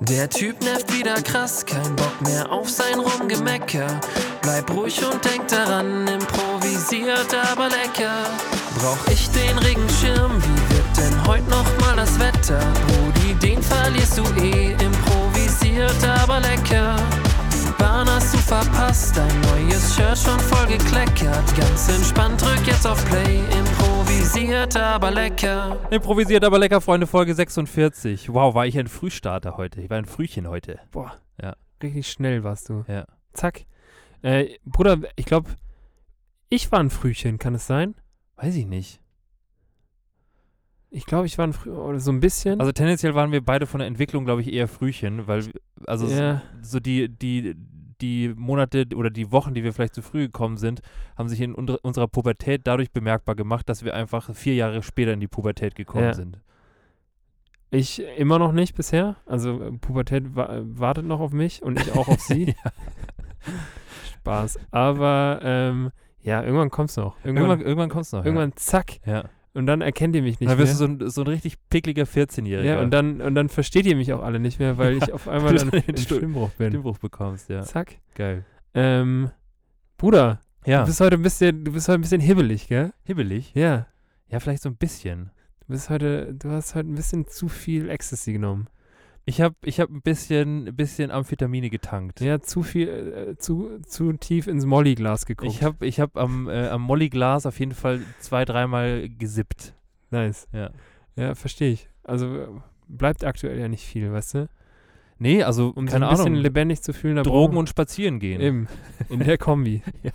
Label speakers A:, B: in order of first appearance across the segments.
A: Der Typ nervt wieder krass, kein Bock mehr auf sein Rumgemecker. Bleib ruhig und denk daran, improvisiert aber lecker. Brauch ich den Regenschirm, wie wird denn heute nochmal das Wetter? Brudi, den verlierst du eh, improvisiert aber lecker. Die Bahn hast du verpasst, dein neues Shirt schon voll gekleckert. Ganz entspannt, drück jetzt auf Play, improvisiert aber lecker.
B: Improvisiert aber lecker, Freunde, Folge 46. Wow, war ich ein Frühstarter heute. Ich war ein Frühchen heute.
C: Boah.
B: Ja.
C: Richtig schnell warst du.
B: Ja.
C: Zack. Äh, Bruder, ich glaube, ich war ein Frühchen, kann es sein?
B: Weiß ich nicht.
C: Ich glaube, ich war ein Frühchen, oder so ein bisschen.
B: Also tendenziell waren wir beide von der Entwicklung, glaube ich, eher Frühchen, weil wir- also es-
C: ja,
B: so die die die Monate oder die Wochen, die wir vielleicht zu früh gekommen sind, haben sich in unter- unserer Pubertät dadurch bemerkbar gemacht, dass wir einfach vier Jahre später in die Pubertät gekommen
C: Ja.
B: sind.
C: ich immer noch nicht bisher. Also äh, Pubertät wa äh, wartet noch auf mich und ich auch auf sie. Spaß. Aber ähm, ja, irgendwann kommt's noch. Irgendwann,
B: Irgendwann,
C: irgendwann,
B: irgendwann kommst du noch.
C: zack.
B: Ja. ja.
C: Und dann erkennt ihr mich nicht
B: Dann
C: mehr.
B: wirst du so ein, so ein richtig pickliger 14-Jähriger.
C: ja, und dann, und dann versteht ihr mich auch alle nicht mehr, weil ich auf einmal
B: Du
C: dann
B: dann
C: in
B: Stu-
C: Stimmbruch bin.
B: Stimmbruch bekommst, ja.
C: Zack.
B: Geil.
C: Ähm, Bruder,
B: Ja,
C: du bist heute ein bisschen, du bist heute ein bisschen hibbelig, gell?
B: hibbelig.
C: Ja.
B: Ja, vielleicht so ein bisschen.
C: Du bist heute, du hast heute ein bisschen zu viel Ecstasy genommen.
B: Ich habe ich hab ein bisschen, bisschen Amphetamine getankt.
C: Ja, zu viel, äh, zu, zu tief ins Molly-Glas geguckt.
B: Ich habe ich hab am, äh, am Molly-Glas auf jeden Fall zwei, dreimal gesippt.
C: nice.
B: Ja.
C: Ja, verstehe ich. Also äh, bleibt aktuell ja nicht viel, weißt du?
B: Nee, also, keine
C: Um sich ein bisschen
B: Ahnung.
C: lebendig zu fühlen. da
B: Drogen
C: brauchen-
B: und spazieren gehen.
C: Eben, in der Kombi.
B: Ja.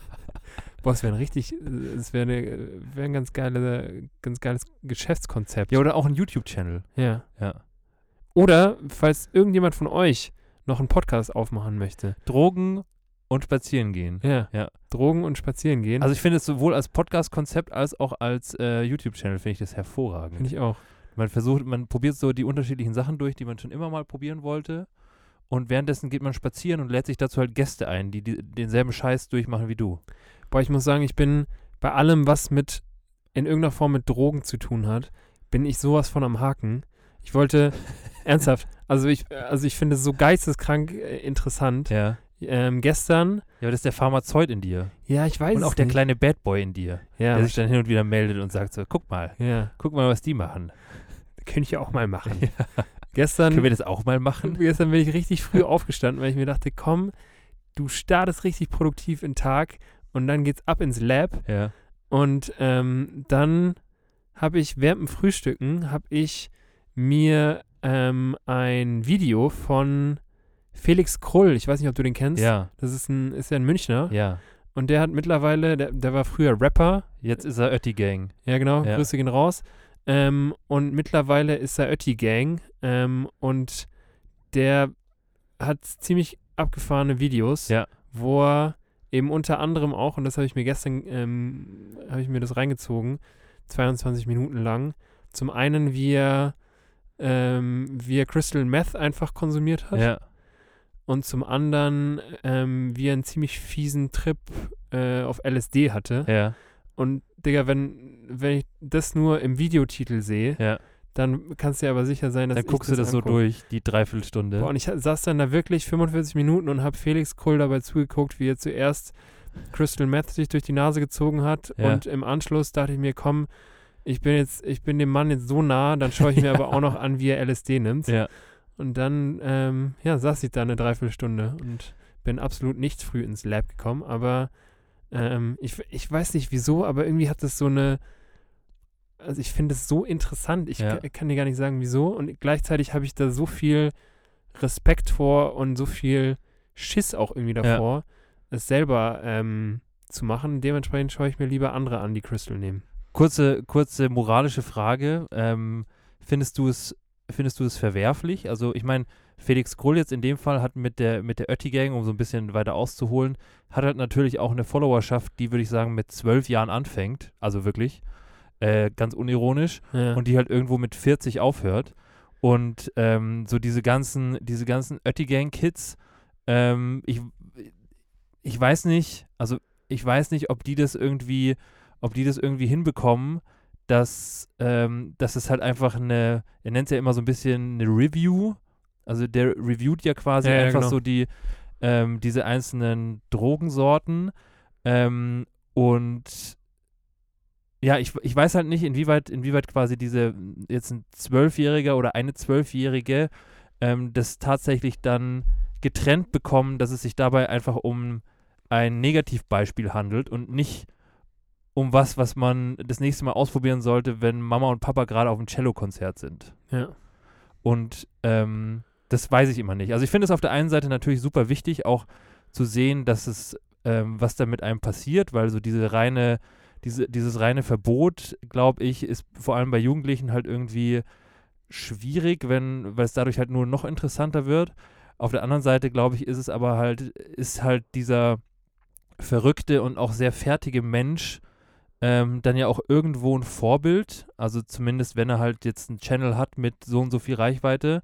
C: Boah, es wäre ein richtig, äh, es wäre äh, wär ein ganz, geile, ganz geiles Geschäftskonzept.
B: Ja, oder auch ein YouTube-Channel.
C: Ja.
B: Ja.
C: Oder, falls irgendjemand von euch noch einen Podcast aufmachen möchte.
B: Drogen und spazieren gehen.
C: Ja.
B: Ja.
C: Drogen und spazieren gehen.
B: Also ich finde es sowohl als Podcast-Konzept als auch als äh, YouTube-Channel finde ich das hervorragend.
C: finde ich auch.
B: Man versucht, man probiert so die unterschiedlichen Sachen durch, die man schon immer mal probieren wollte. Und währenddessen geht man spazieren und lädt sich dazu halt Gäste ein, die, die denselben Scheiß durchmachen wie du.
C: Boah, ich muss sagen, ich bin bei allem, was mit in irgendeiner Form mit Drogen zu tun hat, bin ich sowas von am Haken. Ich wollte ernsthaft, also ich, also ich finde es so geisteskrank äh, interessant.
B: Ja.
C: Ähm, gestern,
B: Ja, aber das ist der Pharmazeut in dir.
C: ja, ich weiß
B: Und
C: es
B: auch der
C: nicht.
B: kleine Bad Boy in dir,
C: ja,
B: der sich dann hin und wieder meldet und sagt so, guck mal,
C: ja,
B: guck mal, was die machen.
C: könnte ich ja auch mal machen. Gestern,
B: Können wir das auch mal machen?
C: gestern bin ich richtig früh aufgestanden, weil ich mir dachte, komm, du startest richtig produktiv in den Tag und dann geht's ab ins Lab
B: Ja.
C: Und ähm, dann habe ich während dem Frühstücken habe ich mir ähm, ein Video von Felix Krull, ich weiß nicht, ob du den kennst.
B: Ja,
C: Das ist ein, ist ja ein Münchner.
B: ja.
C: Und der hat mittlerweile, der, der war früher Rapper.
B: Jetzt ist er Ötti Gang.
C: Ja, genau.
B: Ja.
C: Grüße gehen raus. Ähm, und mittlerweile ist er Ötti Gang. Ähm, und der hat ziemlich abgefahrene Videos,
B: Ja.
C: wo er eben unter anderem auch, und das habe ich mir gestern, ähm, habe ich mir das reingezogen, 22 Minuten lang. Zum einen, wie er, ähm, wie er Crystal Meth einfach konsumiert hat.
B: Ja.
C: Und zum anderen, ähm, wie er einen ziemlich fiesen Trip äh, auf LSD hatte.
B: Ja.
C: Und Digga, wenn, wenn ich das nur im Videotitel sehe,
B: Ja.
C: dann kannst du dir aber sicher sein, dass
B: Dann
C: ich
B: guckst du das so
C: anguck.
B: durch, die Dreiviertelstunde.
C: Boah, und ich ha- saß dann da wirklich 45 Minuten und habe Felix Krull dabei zugeguckt, wie er zuerst Crystal Meth sich durch die Nase gezogen hat.
B: Ja.
C: Und im Anschluss dachte ich mir, komm, ich bin jetzt, ich bin dem Mann jetzt so nah, dann schaue ich mir aber auch noch an, wie er LSD nimmt.
B: Ja.
C: Und dann, ähm, ja, saß ich da eine Dreiviertelstunde und bin absolut nicht früh ins Lab gekommen, aber ähm, ich, ich weiß nicht wieso, aber irgendwie hat es so eine, also ich finde es so interessant, ich
B: Ja.
C: ka- kann dir gar nicht sagen wieso und gleichzeitig habe ich da so viel Respekt vor und so viel Schiss auch irgendwie davor, es selber ähm, zu machen. Dementsprechend schaue ich mir lieber andere an, die Crystal nehmen.
B: Kurze, kurze moralische Frage. Ähm, findest du es, findest du es verwerflich? Also ich meine, Felix Krull jetzt in dem Fall hat mit der, mit der Ötti-Gang, um so ein bisschen weiter auszuholen, hat halt natürlich auch eine Followerschaft, die würde ich sagen mit zwölf Jahren anfängt, also wirklich, äh, ganz unironisch,
C: Ja.
B: und die halt irgendwo mit 40 aufhört. Und ähm, so diese ganzen, diese ganzen Ötti-Gang-Kids, ähm, ich, ich weiß nicht, also ich weiß nicht, ob die das irgendwie, ob die das irgendwie hinbekommen, dass, ähm, dass es halt einfach eine, er nennt es ja immer so ein bisschen eine Review, Also der reviewt ja quasi
C: Ja, ja,
B: einfach
C: genau.
B: so die, ähm, diese einzelnen Drogensorten. Ähm, und ja, ich, ich weiß halt nicht, inwieweit, inwieweit quasi diese, jetzt ein Zwölfjähriger oder eine Zwölfjährige ähm, das tatsächlich dann getrennt bekommen, dass es sich dabei einfach um ein Negativbeispiel handelt und nicht um was, was man das nächste Mal ausprobieren sollte, wenn Mama und Papa gerade auf dem Cello-Konzert sind.
C: Ja.
B: Und ähm, das weiß ich immer nicht. Also ich finde es auf der einen Seite natürlich super wichtig, auch zu sehen, dass es, ähm, was da mit einem passiert, weil so diese reine, diese, dieses reine Verbot, glaube ich, ist vor allem bei Jugendlichen halt irgendwie schwierig, wenn, weil es dadurch halt nur noch interessanter wird. Auf der anderen Seite, glaube ich, ist es aber halt, ist halt dieser verrückte und auch sehr fertige Mensch ähm, dann ja auch irgendwo ein Vorbild. Also zumindest, wenn er halt jetzt einen Channel hat mit so und so viel Reichweite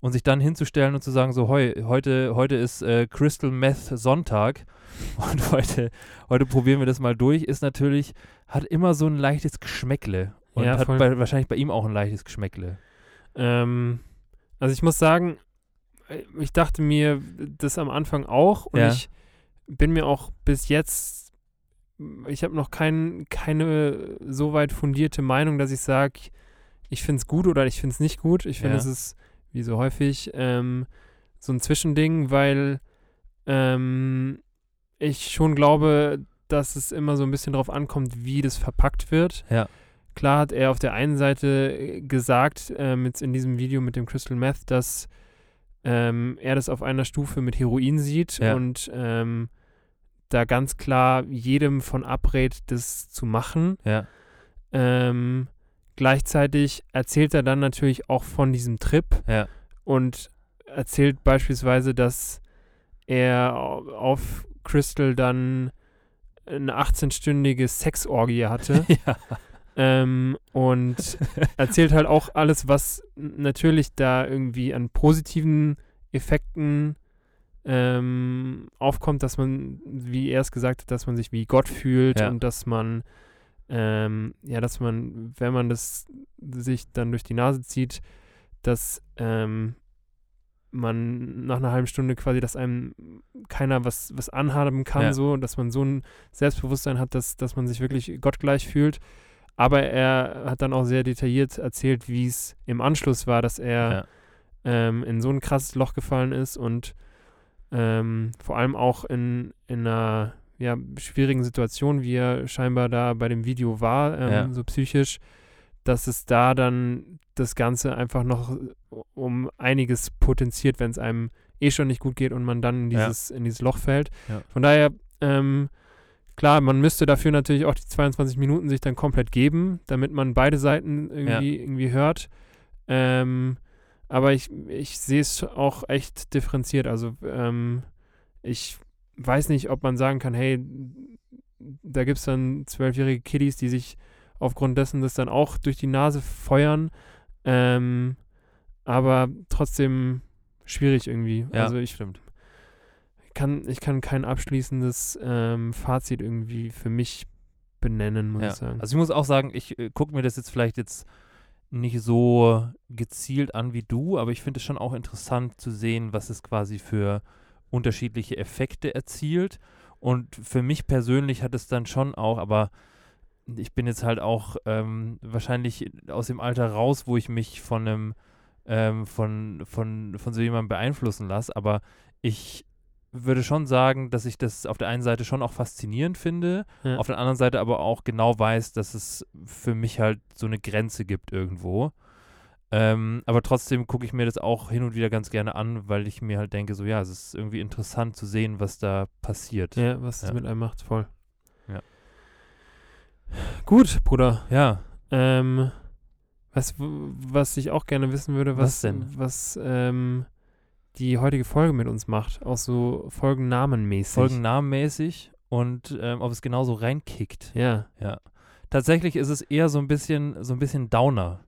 B: und sich dann hinzustellen und zu sagen, so heu, heute, heute ist äh, Crystal Meth Sonntag und heute, heute probieren wir das mal durch, ist natürlich, hat immer so ein leichtes Geschmäckle. Und
C: Ja,
B: hat
C: voll.
B: bei, wahrscheinlich bei ihm auch ein leichtes Geschmäckle.
C: Ähm, also ich muss sagen, äh, ich dachte mir das am Anfang auch und
B: Ja.
C: ich bin mir auch bis jetzt, ich habe noch kein, keine so weit fundierte Meinung, dass ich sage, ich finde es gut oder ich finde es nicht gut. Ich finde,
B: Ja.
C: es ist, wie so häufig, ähm, so ein Zwischending, weil ähm, ich schon glaube, dass es immer so ein bisschen drauf ankommt, wie das verpackt wird.
B: Ja.
C: Klar hat er auf der einen Seite äh, gesagt, ähm, jetzt in diesem Video mit dem Crystal Meth, dass ähm, er das auf einer Stufe mit Heroin sieht
B: Ja.
C: und ähm, da ganz klar jedem von abrät, das zu machen.
B: Ja.
C: Ähm, gleichzeitig erzählt er dann natürlich auch von diesem Trip
B: Ja.
C: und erzählt beispielsweise, dass er au- auf Crystal dann eine 18-stündige Sexorgie hatte
B: ja.
C: ähm, und erzählt halt auch alles, was n- natürlich da irgendwie an positiven Effekten ähm, aufkommt, dass man, wie er es gesagt hat, dass man sich wie Gott fühlt
B: Ja.
C: und dass man, ähm, ja, dass man, wenn man das sich dann durch die Nase zieht, dass ähm, man nach einer halben Stunde quasi, dass einem keiner was, was anhaben kann,
B: Ja.
C: so, dass man so ein Selbstbewusstsein hat, dass, dass man sich wirklich gottgleich fühlt. Aber er hat dann auch sehr detailliert erzählt, wie es im Anschluss war, dass er
B: Ja.
C: ähm, in so ein krasses Loch gefallen ist und ähm, vor allem auch in, in einer ja, schwierigen Situation, wie er scheinbar da bei dem Video war, ähm,
B: Ja.
C: so psychisch, dass es da dann das Ganze einfach noch um einiges potenziert, wenn es einem eh schon nicht gut geht und man dann in
B: Ja.
C: dieses, in dieses Loch fällt.
B: Ja.
C: Von daher, ähm, klar, man müsste dafür natürlich auch die 22 Minuten sich dann komplett geben, damit man beide Seiten irgendwie, irgendwie hört. Ähm, aber ich, ich sehe es auch echt differenziert. Also ähm, ich weiß nicht, ob man sagen kann, hey, da gibt es dann zwölfjährige Kiddies, die sich aufgrund dessen das dann auch durch die Nase feuern. Ähm, aber trotzdem schwierig irgendwie.
B: Ja,
C: also ich
B: stimmt.
C: kann, ich kann kein abschließendes ähm, Fazit irgendwie für mich benennen, muss
B: Ja.
C: ich sagen.
B: Also ich muss auch sagen, ich äh, gucke mir das jetzt vielleicht jetzt nicht so gezielt an wie du, aber ich finde es schon auch interessant zu sehen, was es quasi für unterschiedliche Effekte erzielt. Und für mich persönlich hat es dann schon auch, aber ich bin jetzt halt auch ähm, wahrscheinlich aus dem Alter raus, wo ich mich von einem ähm, von, von, von so jemandem beeinflussen lasse, aber ich würde schon sagen, dass ich das auf der einen Seite schon auch faszinierend finde,
C: Ja.
B: auf der anderen Seite aber auch genau weiß, dass es für mich halt so eine Grenze gibt irgendwo. Ähm, aber trotzdem gucke ich mir das auch hin und wieder ganz gerne an, weil ich mir halt denke, so ja, es ist irgendwie interessant zu sehen, was da passiert.
C: ja, was es
B: Ja.
C: mit einem macht, voll.
B: Ja.
C: Gut, Bruder.
B: Ja,
C: Ähm, was, w- was ich auch gerne wissen würde, was,
B: Was denn?
C: was ähm, die heutige Folge mit uns macht. Auch so folgennamenmäßig.
B: folgennamenmäßig und ähm, ob es genauso reinkickt.
C: Ja.
B: Tatsächlich ist es eher so ein bisschen, so ein bisschen Downer.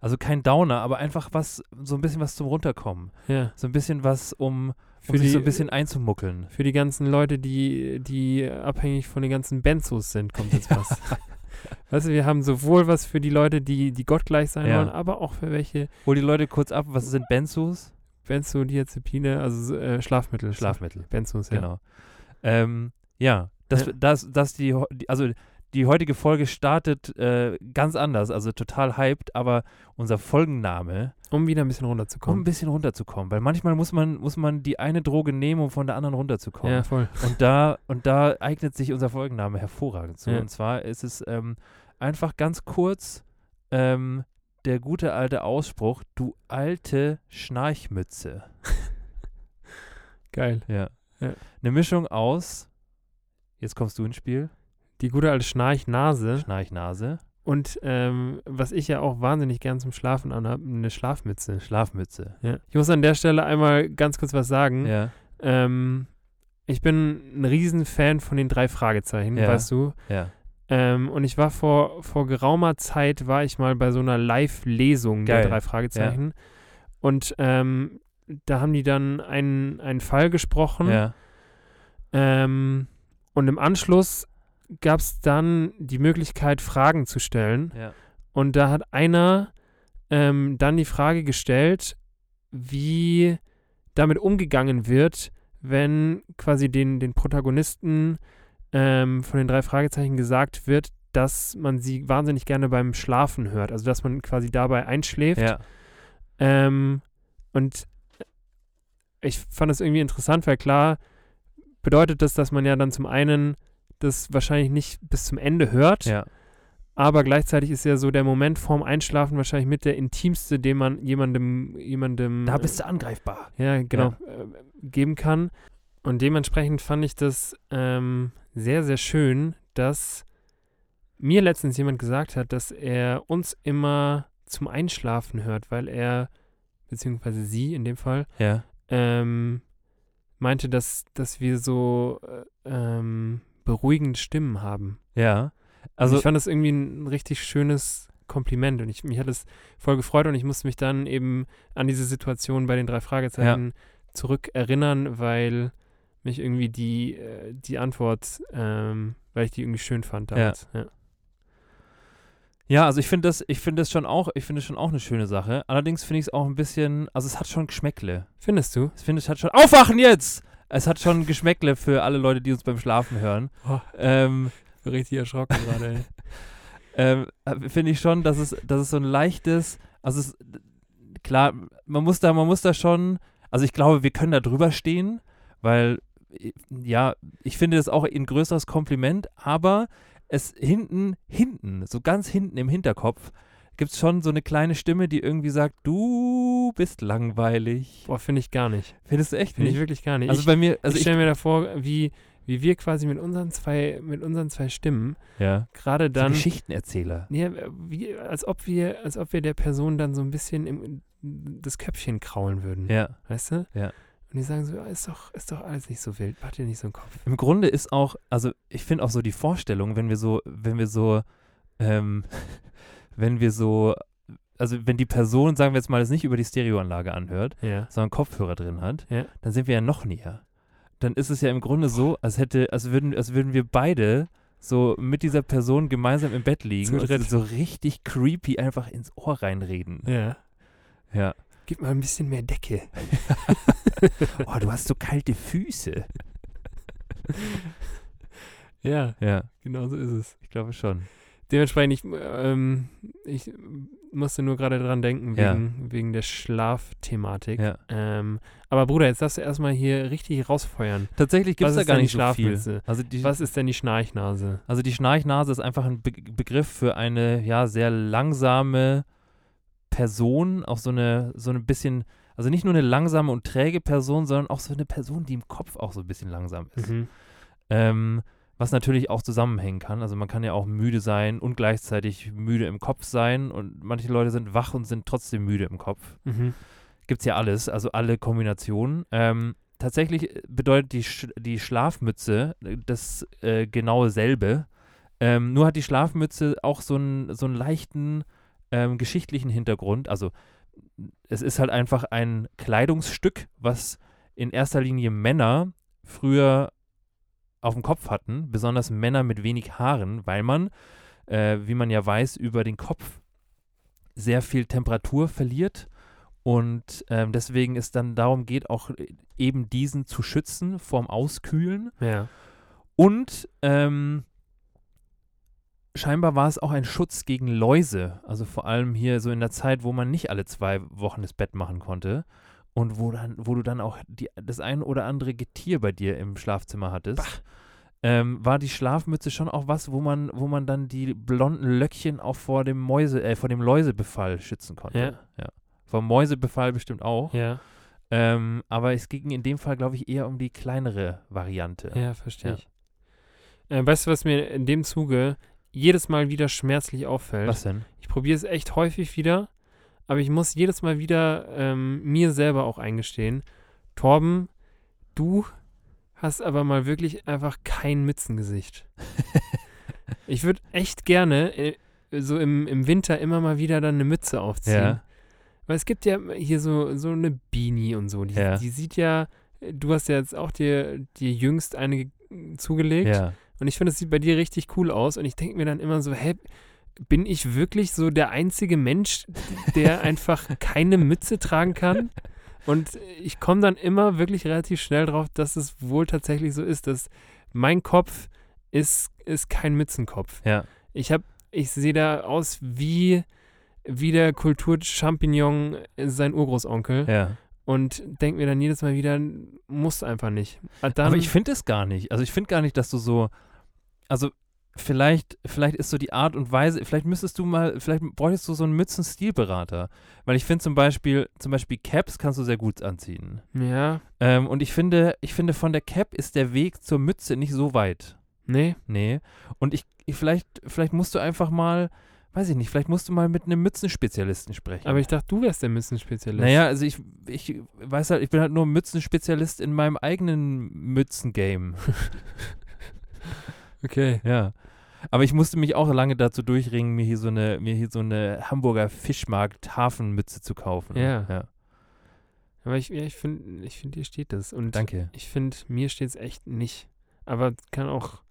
B: Also kein Downer, aber einfach was, so ein bisschen was zum Runterkommen.
C: Ja.
B: So ein bisschen was, um,
C: Für
B: um sich
C: die-
B: so ein bisschen einzumuckeln.
C: Für die ganzen Leute, die, die abhängig von den ganzen Benzos sind, kommt jetzt was. Weißt du, wir haben sowohl was für die Leute, die, die gottgleich sein
B: Ja.
C: wollen, aber auch für welche,
B: Hol die Leute kurz ab, was sind Benzos?
C: Benzodiazepine, also äh, Schlafmittel.
B: Schlafmittel.
C: Benzos, ja.
B: Genau. Ähm, ja, das,
C: Ja.
B: das, das die, ho- die, also die heutige Folge startet äh, ganz anders, also total hyped, aber unser Folgenname,
C: Um wieder ein bisschen
B: um ein
C: runterzukommen.
B: bisschen runterzukommen, weil manchmal muss man, muss man die eine Droge nehmen, um von der anderen runterzukommen.
C: ja, voll.
B: Und da, und da eignet sich unser Folgenname hervorragend zu.
C: Ja.
B: Und zwar ist es ähm, einfach ganz kurz ähm, der gute alte Ausspruch, du alte Schnarchmütze.
C: Geil.
B: Ja.
C: Ja.
B: Eine Mischung aus, jetzt kommst du ins Spiel,
C: Die gute alte Schnarchnase.
B: Schnarchnase,
C: Und ähm, was ich ja auch wahnsinnig gern zum Schlafen anhabe, eine Schlafmütze.
B: Schlafmütze.
C: Ja. Ich muss an der Stelle einmal ganz kurz was sagen.
B: Ja,
C: Ähm, ich bin ein Riesenfan von den drei Fragezeichen,
B: Ja.
C: weißt du.
B: ja.
C: Ähm, und ich war vor, vor geraumer Zeit, war ich mal bei so einer Live-Lesung der
B: Geil.
C: drei Fragezeichen. Und ähm, da haben die dann einen, einen Fall gesprochen.
B: ja.
C: Ähm, und im Anschluss gab es dann die Möglichkeit, Fragen zu stellen.
B: Ja.
C: Und da hat einer ähm, dann die Frage gestellt, wie damit umgegangen wird, wenn quasi den, den Protagonisten ähm, von den drei Fragezeichen gesagt wird, dass man sie wahnsinnig gerne beim Schlafen hört, also dass man quasi dabei einschläft.
B: ja.
C: Ähm, und ich fand das irgendwie interessant, weil klar bedeutet das, dass man ja dann zum einen das wahrscheinlich nicht bis zum Ende hört,
B: ja.
C: aber gleichzeitig ist ja so der Moment vorm Einschlafen wahrscheinlich mit der intimste, den man jemandem, jemandem
B: Da bist du angreifbar.
C: äh, ja, genau, äh, geben kann. Und dementsprechend fand ich das ähm, sehr, sehr schön, dass mir letztens jemand gesagt hat, dass er uns immer zum Einschlafen hört, weil er, beziehungsweise sie in dem Fall,
B: Ja.
C: ähm, meinte, dass, dass wir so äh, ähm, beruhigende Stimmen haben.
B: Ja.
C: Also
B: Also,
C: ich fand das irgendwie ein richtig schönes Kompliment und ich, mich hat es voll gefreut und ich musste mich dann eben an diese Situation bei den drei Fragezeichen zurückerinnern, weil mich irgendwie die, äh, die Antwort, ähm, weil ich die irgendwie schön fand
B: Ja.
C: damals. Ja.
B: ja, also ich finde das, ich finde das schon auch, ich finde das schon auch eine schöne Sache. Allerdings finde ich es auch ein bisschen, also es hat schon Geschmäckle.
C: Findest du?
B: Ich finde, es hat schon. Aufwachen jetzt! Es hat schon Geschmäckle für alle Leute, die uns beim Schlafen hören.
C: Oh.
B: Ähm,
C: Richtig erschrocken gerade.
B: ähm, finde ich schon, dass es, dass es so ein leichtes, also es, klar, man muss da, man muss da schon, also ich glaube, wir können da drüber stehen, weil äh, ja, ich finde das auch ein größeres Kompliment, aber es hinten, hinten, so ganz hinten im Hinterkopf, gibt es schon so eine kleine Stimme, die irgendwie sagt, du bist langweilig.
C: Boah, finde ich gar nicht.
B: Findest du echt
C: Finde ich
B: nicht?
C: wirklich gar nicht.
B: Also
C: ich
B: bei mir, also
C: ich
B: ich,
C: stelle mir da vor, wie, wie wir quasi mit unseren zwei, mit unseren zwei Stimmen
B: ja,
C: gerade
B: so ein
C: dann
B: Geschichtenerzähler.
C: Ja, äh, wie, als ob wir, als ob wir der Person dann so ein bisschen im, das Köpfchen kraulen würden.
B: Ja.
C: Weißt du?
B: Ja.
C: Und die sagen so, ja, ist doch, ist doch alles nicht so wild, macht dir nicht so einen Kopf.
B: Im Grunde ist auch, also ich finde auch so die Vorstellung, wenn wir so, wenn wir so, ähm, wenn wir so, also wenn die Person, sagen wir jetzt mal, es nicht über die Stereoanlage anhört,
C: Ja.
B: sondern Kopfhörer drin hat,
C: Ja.
B: dann sind wir ja noch näher. Dann ist es ja im Grunde so, als hätte, als würden, als würden wir beide so mit dieser Person gemeinsam im Bett liegen
C: Zu
B: und
C: dritt.
B: so richtig creepy einfach ins Ohr reinreden.
C: Ja.
B: Ja.
C: Gib mal ein bisschen mehr Decke.
B: Oh, du hast so kalte Füße.
C: Ja,
B: Ja,
C: genau so ist es.
B: ich glaube schon.
C: Dementsprechend, ich, ähm, ich musste nur gerade dran denken,
B: Ja.
C: wegen, wegen der Schlafthematik.
B: Ja.
C: Ähm, aber Bruder, jetzt darfst du erstmal hier richtig rausfeuern.
B: Tatsächlich gibt
C: Was
B: Also es da
C: ist
B: gar
C: denn die
B: nicht so viel.
C: Schlafmütze?
B: Also die,
C: Was ist denn die Schnarchnase?
B: Also die Schnarchnase ist einfach ein Be Begriff für eine ja sehr langsame Person, auch so eine so ein bisschen, also nicht nur eine langsame und träge Person, sondern auch so eine Person, die im Kopf auch so ein bisschen langsam ist.
C: Mhm.
B: Ähm, was natürlich auch zusammenhängen kann. Also man kann ja auch müde sein und gleichzeitig müde im Kopf sein und manche Leute sind wach und sind trotzdem müde im Kopf.
C: Mhm.
B: Gibt's ja alles, also alle Kombinationen. Ähm, tatsächlich bedeutet die, Sch die Schlafmütze äh, das äh, genaue selbe. Ähm, nur hat die Schlafmütze auch so einen so einen leichten ähm, geschichtlichen Hintergrund. Also es ist halt einfach ein Kleidungsstück, was in erster Linie Männer früher auf dem Kopf hatten, besonders Männer mit wenig Haaren, weil man, äh, wie man ja weiß, über den Kopf sehr viel Temperatur verliert Und ähm, deswegen es dann darum geht, auch äh, eben diesen zu schützen vorm Auskühlen.
C: Ja.
B: Und ähm, scheinbar war es auch ein Schutz gegen Läuse. Also vor allem hier so in der Zeit, wo man nicht alle zwei Wochen das Bett machen konnte. Und wo, dann, wo du dann auch die, das ein oder andere Getier bei dir im Schlafzimmer hattest, ähm, war die Schlafmütze schon auch was, wo man, wo man dann die blonden Löckchen auch vor dem Mäuse, äh, vor dem Läusebefall schützen konnte. Ja. Vom Mäusebefall bestimmt auch.
C: Ja.
B: Ähm, aber es ging in dem Fall, glaube ich, eher um die kleinere Variante.
C: Ja, verstehe
B: Ja.
C: ich. Äh, weißt du, was mir in dem Zuge jedes Mal wieder schmerzlich auffällt?
B: Was denn?
C: Ich probiere es echt häufig wieder, aber ich muss jedes Mal wieder ähm, mir selber auch eingestehen, Torben, du hast aber mal wirklich einfach kein Mützengesicht. ich würde echt gerne äh, so im, im Winter immer mal wieder dann eine Mütze aufziehen.
B: Ja.
C: Weil es gibt ja hier so, so eine Beanie und so, die,
B: Ja.
C: die sieht ja, du hast ja jetzt auch dir, dir jüngst eine ge- zugelegt.
B: Ja.
C: Und ich finde, es sieht bei dir richtig cool aus. Und ich denke mir dann immer so, hä, bin ich wirklich so der einzige Mensch, der einfach keine Mütze tragen kann? Und ich komme dann immer wirklich relativ schnell drauf, dass es wohl tatsächlich so ist, dass mein Kopf ist, ist kein Mützenkopf.
B: Ja.
C: Ich habe, ich sehe da aus wie, wie der Kulturchampignon äh, sein Urgroßonkel
B: Ja.
C: und denke mir dann jedes Mal wieder, muss einfach nicht. Ah, Dann,
B: Aber ich finde es gar nicht. Also ich finde gar nicht, dass du so, also vielleicht, vielleicht ist so die Art und Weise, vielleicht müsstest du mal, vielleicht bräuchtest du so einen Mützen-Stilberater. Weil ich finde zum Beispiel, zum Beispiel Caps kannst du sehr gut anziehen.
C: ja,
B: Ähm, und ich finde, ich finde von der Cap ist der Weg zur Mütze nicht so weit.
C: nee,
B: Nee. Und ich, ich vielleicht, vielleicht musst du einfach mal, weiß ich nicht, vielleicht musst du mal mit einem Mützenspezialisten sprechen.
C: Aber ich dachte, du wärst der Mützenspezialist.
B: Naja, also ich, ich weiß halt, ich bin halt nur Mützenspezialist in meinem eigenen Mützengame.
C: Okay.
B: Ja. Aber ich musste mich auch lange dazu durchringen, mir hier so eine, mir hier so eine Hamburger Fischmarkt Hafenmütze zu kaufen.
C: Ja. Aber ich, ja, ich finde, ich find, dir steht das. Und
B: Danke.
C: ich finde, mir steht es echt nicht. Aber kann auch.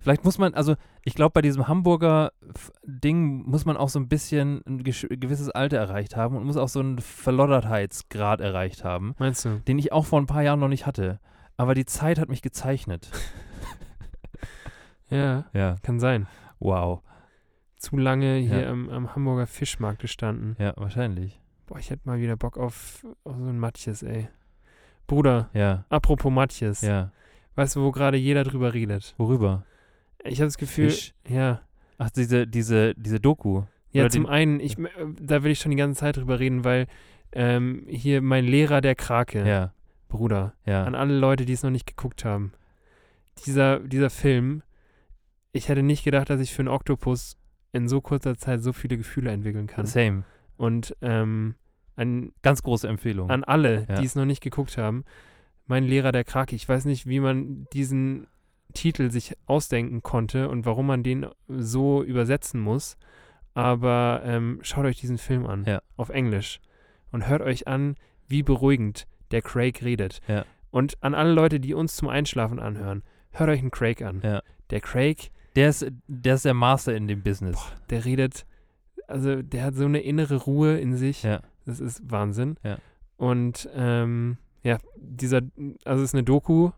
B: Vielleicht muss man, also ich glaube, bei diesem Hamburger F- Ding muss man auch so ein bisschen ein gesch- gewisses Alter erreicht haben und muss auch so einen Verloddertheitsgrad erreicht haben,
C: Meinst du?
B: den ich auch vor ein paar Jahren noch nicht hatte. Aber die Zeit hat mich gezeichnet.
C: Ja,
B: Ja.
C: kann sein.
B: Wow.
C: Zu lange hier
B: Ja.
C: am, am Hamburger Fischmarkt gestanden.
B: Ja, wahrscheinlich.
C: Boah, ich hätte mal wieder Bock auf, auf so ein Matjes, ey. Bruder,
B: Ja.
C: apropos Matjes.
B: Ja.
C: Weißt du, wo gerade jeder drüber redet?
B: Worüber?
C: Ich habe das Gefühl.
B: Fisch?
C: Ja.
B: Ach, diese, diese, diese Doku.
C: Ja,
B: Oder
C: zum
B: den-
C: einen, ich, m- äh, da will ich schon die ganze Zeit drüber reden, weil ähm, hier mein Lehrer der Krake,
B: Ja.
C: Bruder,
B: Ja.
C: an alle Leute, die es noch nicht geguckt haben. Dieser, dieser Film, ich hätte nicht gedacht, dass ich für einen Oktopus in so kurzer Zeit so viele Gefühle entwickeln kann.
B: Same.
C: Und ähm, an,
B: Ganz große Empfehlung.
C: an alle,
B: Ja.
C: die es noch nicht geguckt haben, mein Lehrer der Krake, ich weiß nicht, wie man diesen Titel sich ausdenken konnte und warum man den so übersetzen muss, aber ähm, schaut euch diesen Film an,
B: Ja.
C: auf Englisch, und hört euch an, wie beruhigend der Craig redet.
B: Ja.
C: Und an alle Leute, die uns zum Einschlafen anhören, hört euch einen Craig an.
B: Ja.
C: Der Craig,
B: Der ist, der ist der Master in dem Business.
C: der redet, also der hat so eine innere Ruhe in sich.
B: Ja.
C: Das ist Wahnsinn.
B: Ja.
C: Und ähm, ja, dieser, also es ist eine Doku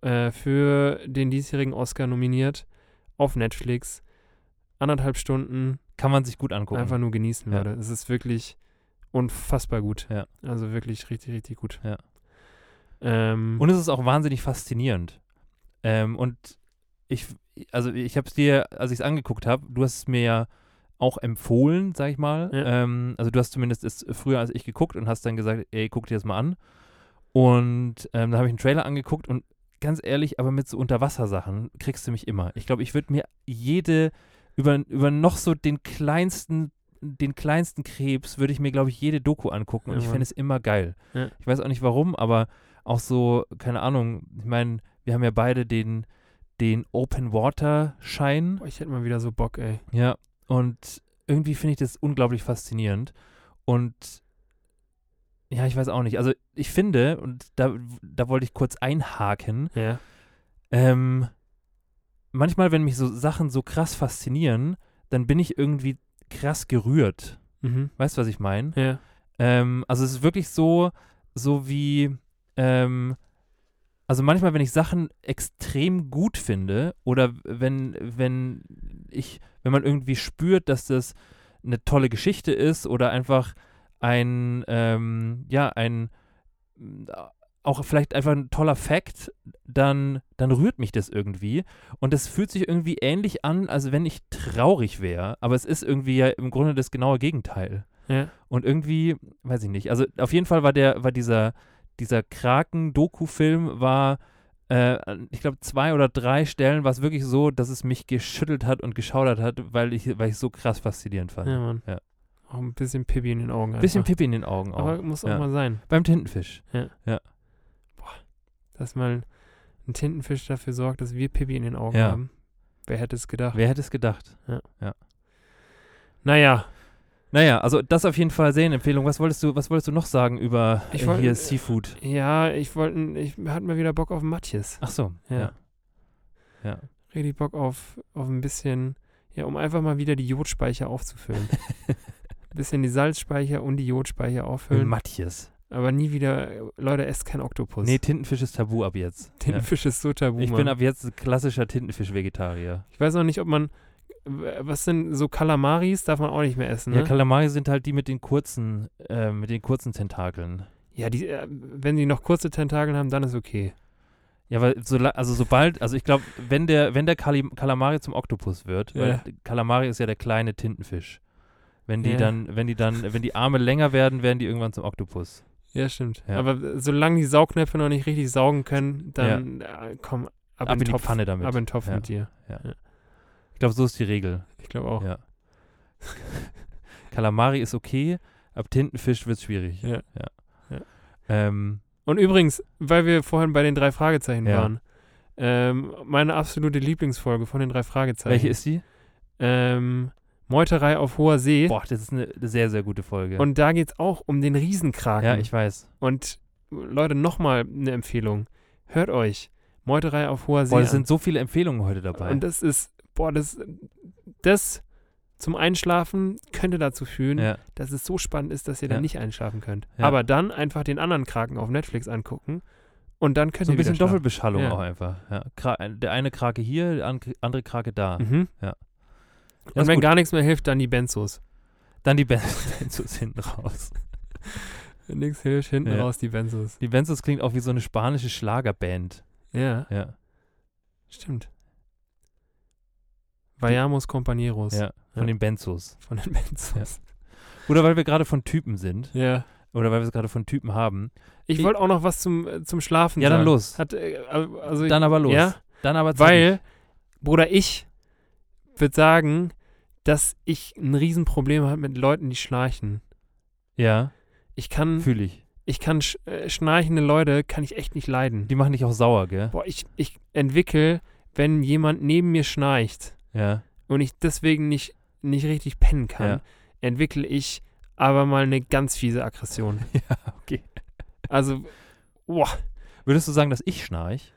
C: äh, für den diesjährigen Oscar nominiert auf Netflix. Anderthalb Stunden
B: Kann man sich gut angucken.
C: einfach nur genießen
B: Ja.
C: würde. Es ist wirklich unfassbar gut.
B: Ja.
C: Also wirklich richtig, richtig gut.
B: Ja.
C: Ähm,
B: Und es ist auch wahnsinnig faszinierend. Ähm, und ich, also ich habe es dir, als ich es angeguckt habe, du hast es mir ja auch empfohlen, sag ich mal.
C: Ja.
B: Ähm, also du hast zumindest es früher als ich geguckt und hast dann gesagt, ey, guck dir das mal an. Und ähm, dann habe ich einen Trailer angeguckt und ganz ehrlich, aber mit so Unterwassersachen kriegst du mich immer. Ich glaube, ich würde mir jede, über, über noch so den kleinsten, den kleinsten Krebs würde ich mir, glaube ich, jede Doku angucken und
C: Ja,
B: ich
C: Mann.
B: fände es immer geil.
C: Ja.
B: Ich weiß auch nicht warum, aber auch so, keine Ahnung, ich meine, wir haben ja beide den, den Open Water Schein.
C: boah, ich hätte mal wieder so Bock, ey.
B: Ja. Und irgendwie finde ich das unglaublich faszinierend. Und ja, ich weiß auch nicht. Also ich finde, und da, da wollte ich kurz einhaken,
C: Ja.
B: ähm, manchmal, wenn mich so Sachen so krass faszinieren, dann bin ich irgendwie krass gerührt.
C: Mhm.
B: Weißt du, was ich meine?
C: Ja.
B: Ähm, also es ist wirklich so, so wie, ähm, also manchmal, wenn ich Sachen extrem gut finde oder wenn, wenn ich, wenn man irgendwie spürt, dass das eine tolle Geschichte ist oder einfach ein, ähm, ja, ein, äh, auch vielleicht einfach ein toller Fact, dann, dann rührt mich das irgendwie. Und das fühlt sich irgendwie ähnlich an, als wenn ich traurig wäre. Aber es ist irgendwie ja im Grunde das genaue Gegenteil.
C: Ja.
B: Und irgendwie, weiß ich nicht. Also auf jeden Fall war der, war dieser, dieser Kraken-Doku-Film war, äh, an- ich glaube, zwei oder drei Stellen war es wirklich so, dass es mich geschüttelt hat und geschaudert hat, weil ich, weil ich so krass faszinierend fand.
C: Ja, Mann.
B: Ja.
C: Auch ein bisschen Pippi in den Augen. Einfach.
B: Bisschen Pippi in den Augen auch.
C: Aber muss auch
B: Ja.
C: mal sein,
B: Beim Tintenfisch.
C: dass mal ein Tintenfisch dafür sorgt, dass wir Pippi in den Augen
B: Ja.
C: haben. Wer hätte es gedacht?
B: Wer hätte es gedacht?
C: Naja,
B: Naja, also das auf jeden Fall Serienempfehlung. Was wolltest du, was wolltest du noch sagen über
C: Ich
B: äh,
C: wollt-
B: hier Seafood?
C: ja, ich wollte, ich hatte mal wieder Bock auf Matjes.
B: Ach so,
C: Ja.
B: ja. Ja.
C: Richtig Bock auf, auf ein bisschen, ja, um einfach mal wieder die Jodspeicher aufzufüllen. ein bisschen die Salzspeicher und die Jodspeicher
B: Mit
C: auffüllen.
B: Matthias.
C: aber nie wieder, Leute, esst kein Oktopus.
B: Nee, Tintenfisch ist tabu ab jetzt.
C: Tintenfisch ist so tabu.
B: ja. Ich
C: Mann.
B: bin ab jetzt ein klassischer Tintenfisch-Vegetarier.
C: Ich weiß auch nicht, ob man. Was sind so Kalamaris? Darf man auch nicht mehr essen, ne?
B: Ja, Kalamari sind halt die mit den kurzen, äh, mit den kurzen Tentakeln.
C: Ja, die, äh, wenn die noch kurze Tentakel haben, dann ist okay.
B: Ja, weil so, la- also sobald, also ich glaube, wenn der, wenn der Kali Kalamari zum Oktopus wird,
C: Ja.
B: weil Kalamari ist ja der kleine Tintenfisch. Wenn die
C: Ja.
B: dann, wenn die dann, wenn die Arme länger werden, werden die irgendwann zum Oktopus.
C: Ja, stimmt.
B: Ja.
C: Aber äh, solange die Saugnäpfe noch nicht richtig saugen können, dann äh, komm,
B: Ab
C: ab, in
B: in
C: den
B: die
C: Topf.
B: Pfanne damit.
C: Ab in den Topf
B: Ja.
C: mit dir.
B: Ich glaube, so ist die Regel.
C: Ich glaube auch.
B: Ja. Kalamari ist okay, ab Tintenfisch wird es schwierig.
C: Ja. Ja.
B: ja. Ähm,
C: Und übrigens, weil wir vorhin bei den drei Fragezeichen
B: Ja.
C: waren, ähm, meine absolute Lieblingsfolge von den drei Fragezeichen.
B: welche ist die?
C: Ähm, Meuterei auf hoher See.
B: Boah, das ist eine sehr, sehr gute Folge.
C: Und da geht es auch um den Riesenkraken.
B: ja, ich weiß.
C: Und Leute, nochmal eine Empfehlung. Hört euch Meuterei auf hoher See
B: Boah, es
C: an.
B: sind so viele Empfehlungen heute dabei.
C: Und das ist, boah, das, das zum Einschlafen könnte dazu führen,
B: ja.
C: dass es so spannend ist, dass ihr dann
B: Ja.
C: nicht einschlafen könnt.
B: Ja.
C: Aber dann einfach den anderen Kraken auf Netflix angucken und dann könnt
B: So
C: ihr
B: ein bisschen
C: wieder schlafen.
B: Doppelbeschallung
C: Ja.
B: auch einfach. Ja. Kra der eine Krake hier, der an- andere Krake da.
C: Mhm.
B: Ja.
C: Und
B: ist
C: wenn
B: gut.
C: gar nichts mehr hilft, dann die Benzos.
B: Dann die Ben- Benzos hinten raus.
C: Wenn nichts hilft, hinten
B: Ja.
C: raus die Benzos.
B: Die Benzos klingt auch wie so eine spanische Schlagerband.
C: Ja,
B: Ja.
C: stimmt. Vayamos Compañeros
B: ja. Von
C: Ja.
B: den Benzos.
C: von den Benzos.
B: Oder weil wir gerade von Typen sind.
C: Ja.
B: Oder weil wir es gerade von Typen haben.
C: Ich
B: Ich-
C: wollte auch noch was zum, äh, zum Schlafen
B: Ja,
C: sagen.
B: dann los.
C: Hat, äh, also,
B: Dann aber los.
C: Ja,
B: Dann aber
C: Weil, Bruder, ich würde sagen, dass ich ein Riesenproblem habe mit Leuten, die schnarchen.
B: Ja,
C: Ich kann,
B: fühle ich.
C: ich kann sch äh, schnarchende Leute kann ich echt nicht leiden.
B: Die machen dich auch sauer, gell?
C: Boah, ich, ich entwickle, wenn jemand neben mir schnarcht
B: Ja.
C: und ich deswegen nicht, nicht richtig pennen kann,
B: Ja.
C: entwickle ich aber mal eine ganz fiese Aggression.
B: Ja, okay.
C: Also,
B: Würdest du sagen, dass ich schnarch?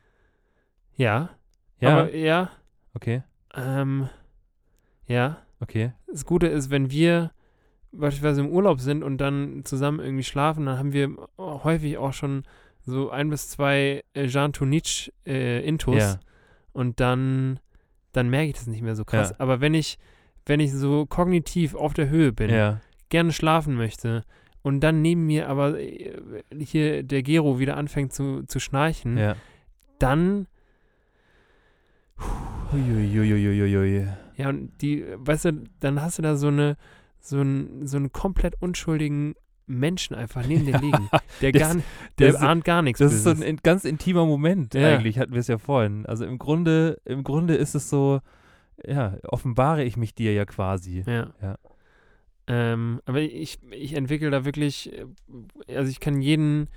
C: ja.
B: Ja.
C: Aber, ja.
B: okay,
C: Ähm, ja.
B: okay.
C: das Gute ist, wenn wir beispielsweise im Urlaub sind und dann zusammen irgendwie schlafen, dann haben wir häufig auch schon so ein bis zwei äh, Jean Tunitsch äh, Intus
B: Ja.
C: und dann, dann merke ich das nicht mehr so krass.
B: Ja.
C: Aber wenn ich, wenn ich so kognitiv auf der Höhe bin,
B: Ja.
C: gerne schlafen möchte und dann neben mir aber äh, hier der Gero wieder anfängt zu, zu schnarchen,
B: Ja.
C: dann,
B: Uiuiuiuiuiui.
C: ja, und die, weißt du, dann hast du da so eine, so einen, so einen komplett unschuldigen Menschen einfach neben dir liegen. Der,
B: Das-
C: gar, der
B: das-
C: ahnt gar nichts.
B: Das ist so ein
C: Böses.
B: in- ganz intimer Moment
C: Ja.
B: eigentlich, hatten wir es ja vorhin. Also im Grunde, im Grunde ist es so, ja, offenbare ich mich dir ja quasi.
C: ja.
B: Ja.
C: Ähm, aber ich, ich entwickle da wirklich, äh, also ich kann jeden,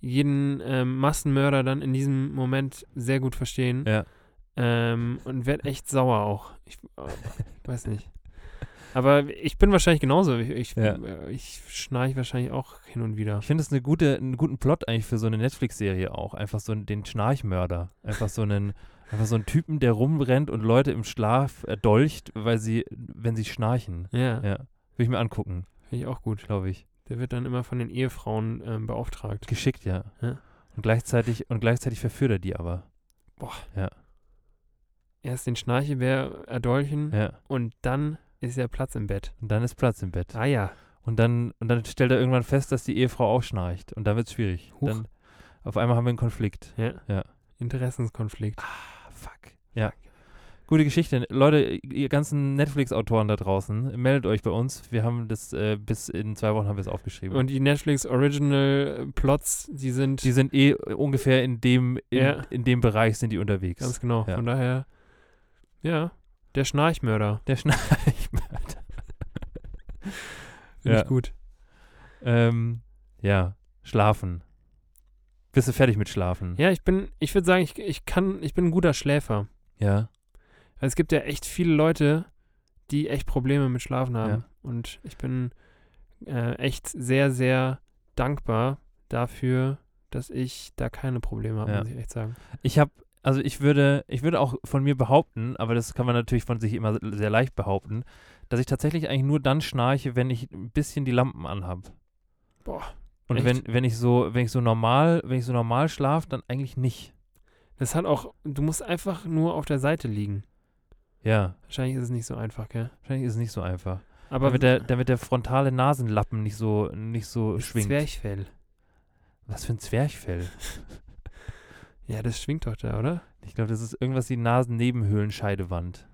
C: jeden ähm, Massenmörder dann in diesem Moment sehr gut verstehen.
B: Ja.
C: Ähm, und werde echt sauer auch. Ich äh, weiß nicht. Aber ich bin wahrscheinlich genauso. Ich, ich,
B: Ja.
C: äh, ich schnarche wahrscheinlich auch hin und wieder.
B: Ich finde es eine gute, einen guten Plot eigentlich für so eine Netflix-Serie auch. Einfach so den Schnarchmörder. Einfach so einen, einfach so einen Typen, der rumrennt und Leute im Schlaf erdolcht, weil sie, wenn sie schnarchen.
C: Ja,
B: Ja. Will ich mir angucken,
C: finde ich auch gut.
B: glaube ich.
C: Der wird dann immer von den Ehefrauen ähm, beauftragt.
B: Geschickt, ja.
C: Ja.
B: Und gleichzeitig, und gleichzeitig verführt er die aber.
C: Erst den Schnarchebär erdolchen
B: Ja.
C: und dann ist ja Platz im Bett.
B: Und dann ist Platz im Bett.
C: Ah ja.
B: Und dann, und dann stellt er irgendwann fest, dass die Ehefrau auch schnarcht. Und dann wird es schwierig.
C: Huch.
B: Dann auf einmal haben wir einen Konflikt.
C: ja.
B: Ja.
C: Interessenskonflikt.
B: Ah, fuck. Ja. Gute Geschichte. Leute, ihr ganzen Netflix-Autoren da draußen, meldet euch bei uns. Wir haben das, äh, bis in zwei Wochen haben wir es aufgeschrieben.
C: Und die Netflix Original äh, Plots, die sind
B: die sind eh ungefähr in dem, in,
C: Ja.
B: in dem Bereich sind die unterwegs.
C: ganz genau.
B: Ja.
C: Von daher, ja, der Schnarchmörder.
B: Der Schnarchmörder.
C: Finde
B: ja.
C: ich gut.
B: Ähm, ja, schlafen. Bist du fertig mit Schlafen?
C: Ja, ich bin, ich würde sagen, ich, ich kann, ich bin ein guter Schläfer.
B: Ja.
C: Also es gibt ja echt viele Leute, die echt Probleme mit Schlafen haben.
B: Ja.
C: Und ich bin äh, echt sehr, sehr dankbar dafür, dass ich da keine Probleme habe,
B: Ja.
C: muss ich echt sagen.
B: Ich habe, also ich würde, ich würde auch von mir behaupten, aber das kann man natürlich von sich immer sehr leicht behaupten, dass ich tatsächlich eigentlich nur dann schnarche, wenn ich ein bisschen die Lampen anhab.
C: Boah,
B: Und
C: echt?
B: wenn, wenn ich so, wenn ich so normal, wenn ich so normal schlafe, dann eigentlich nicht.
C: Das hat auch, du musst einfach nur auf der Seite liegen.
B: Ja,
C: Wahrscheinlich ist es nicht so einfach, gell?
B: wahrscheinlich ist es nicht so einfach.
C: Aber
B: Damit der, damit der frontale Nasenlappen nicht so, nicht so
C: das
B: schwingt.
C: Zwerchfell.
B: Was für ein Zwerchfell.
C: Ja, das schwingt doch da, oder?
B: Ich glaube, das ist irgendwas die Nasennebenhöhlenscheidewand.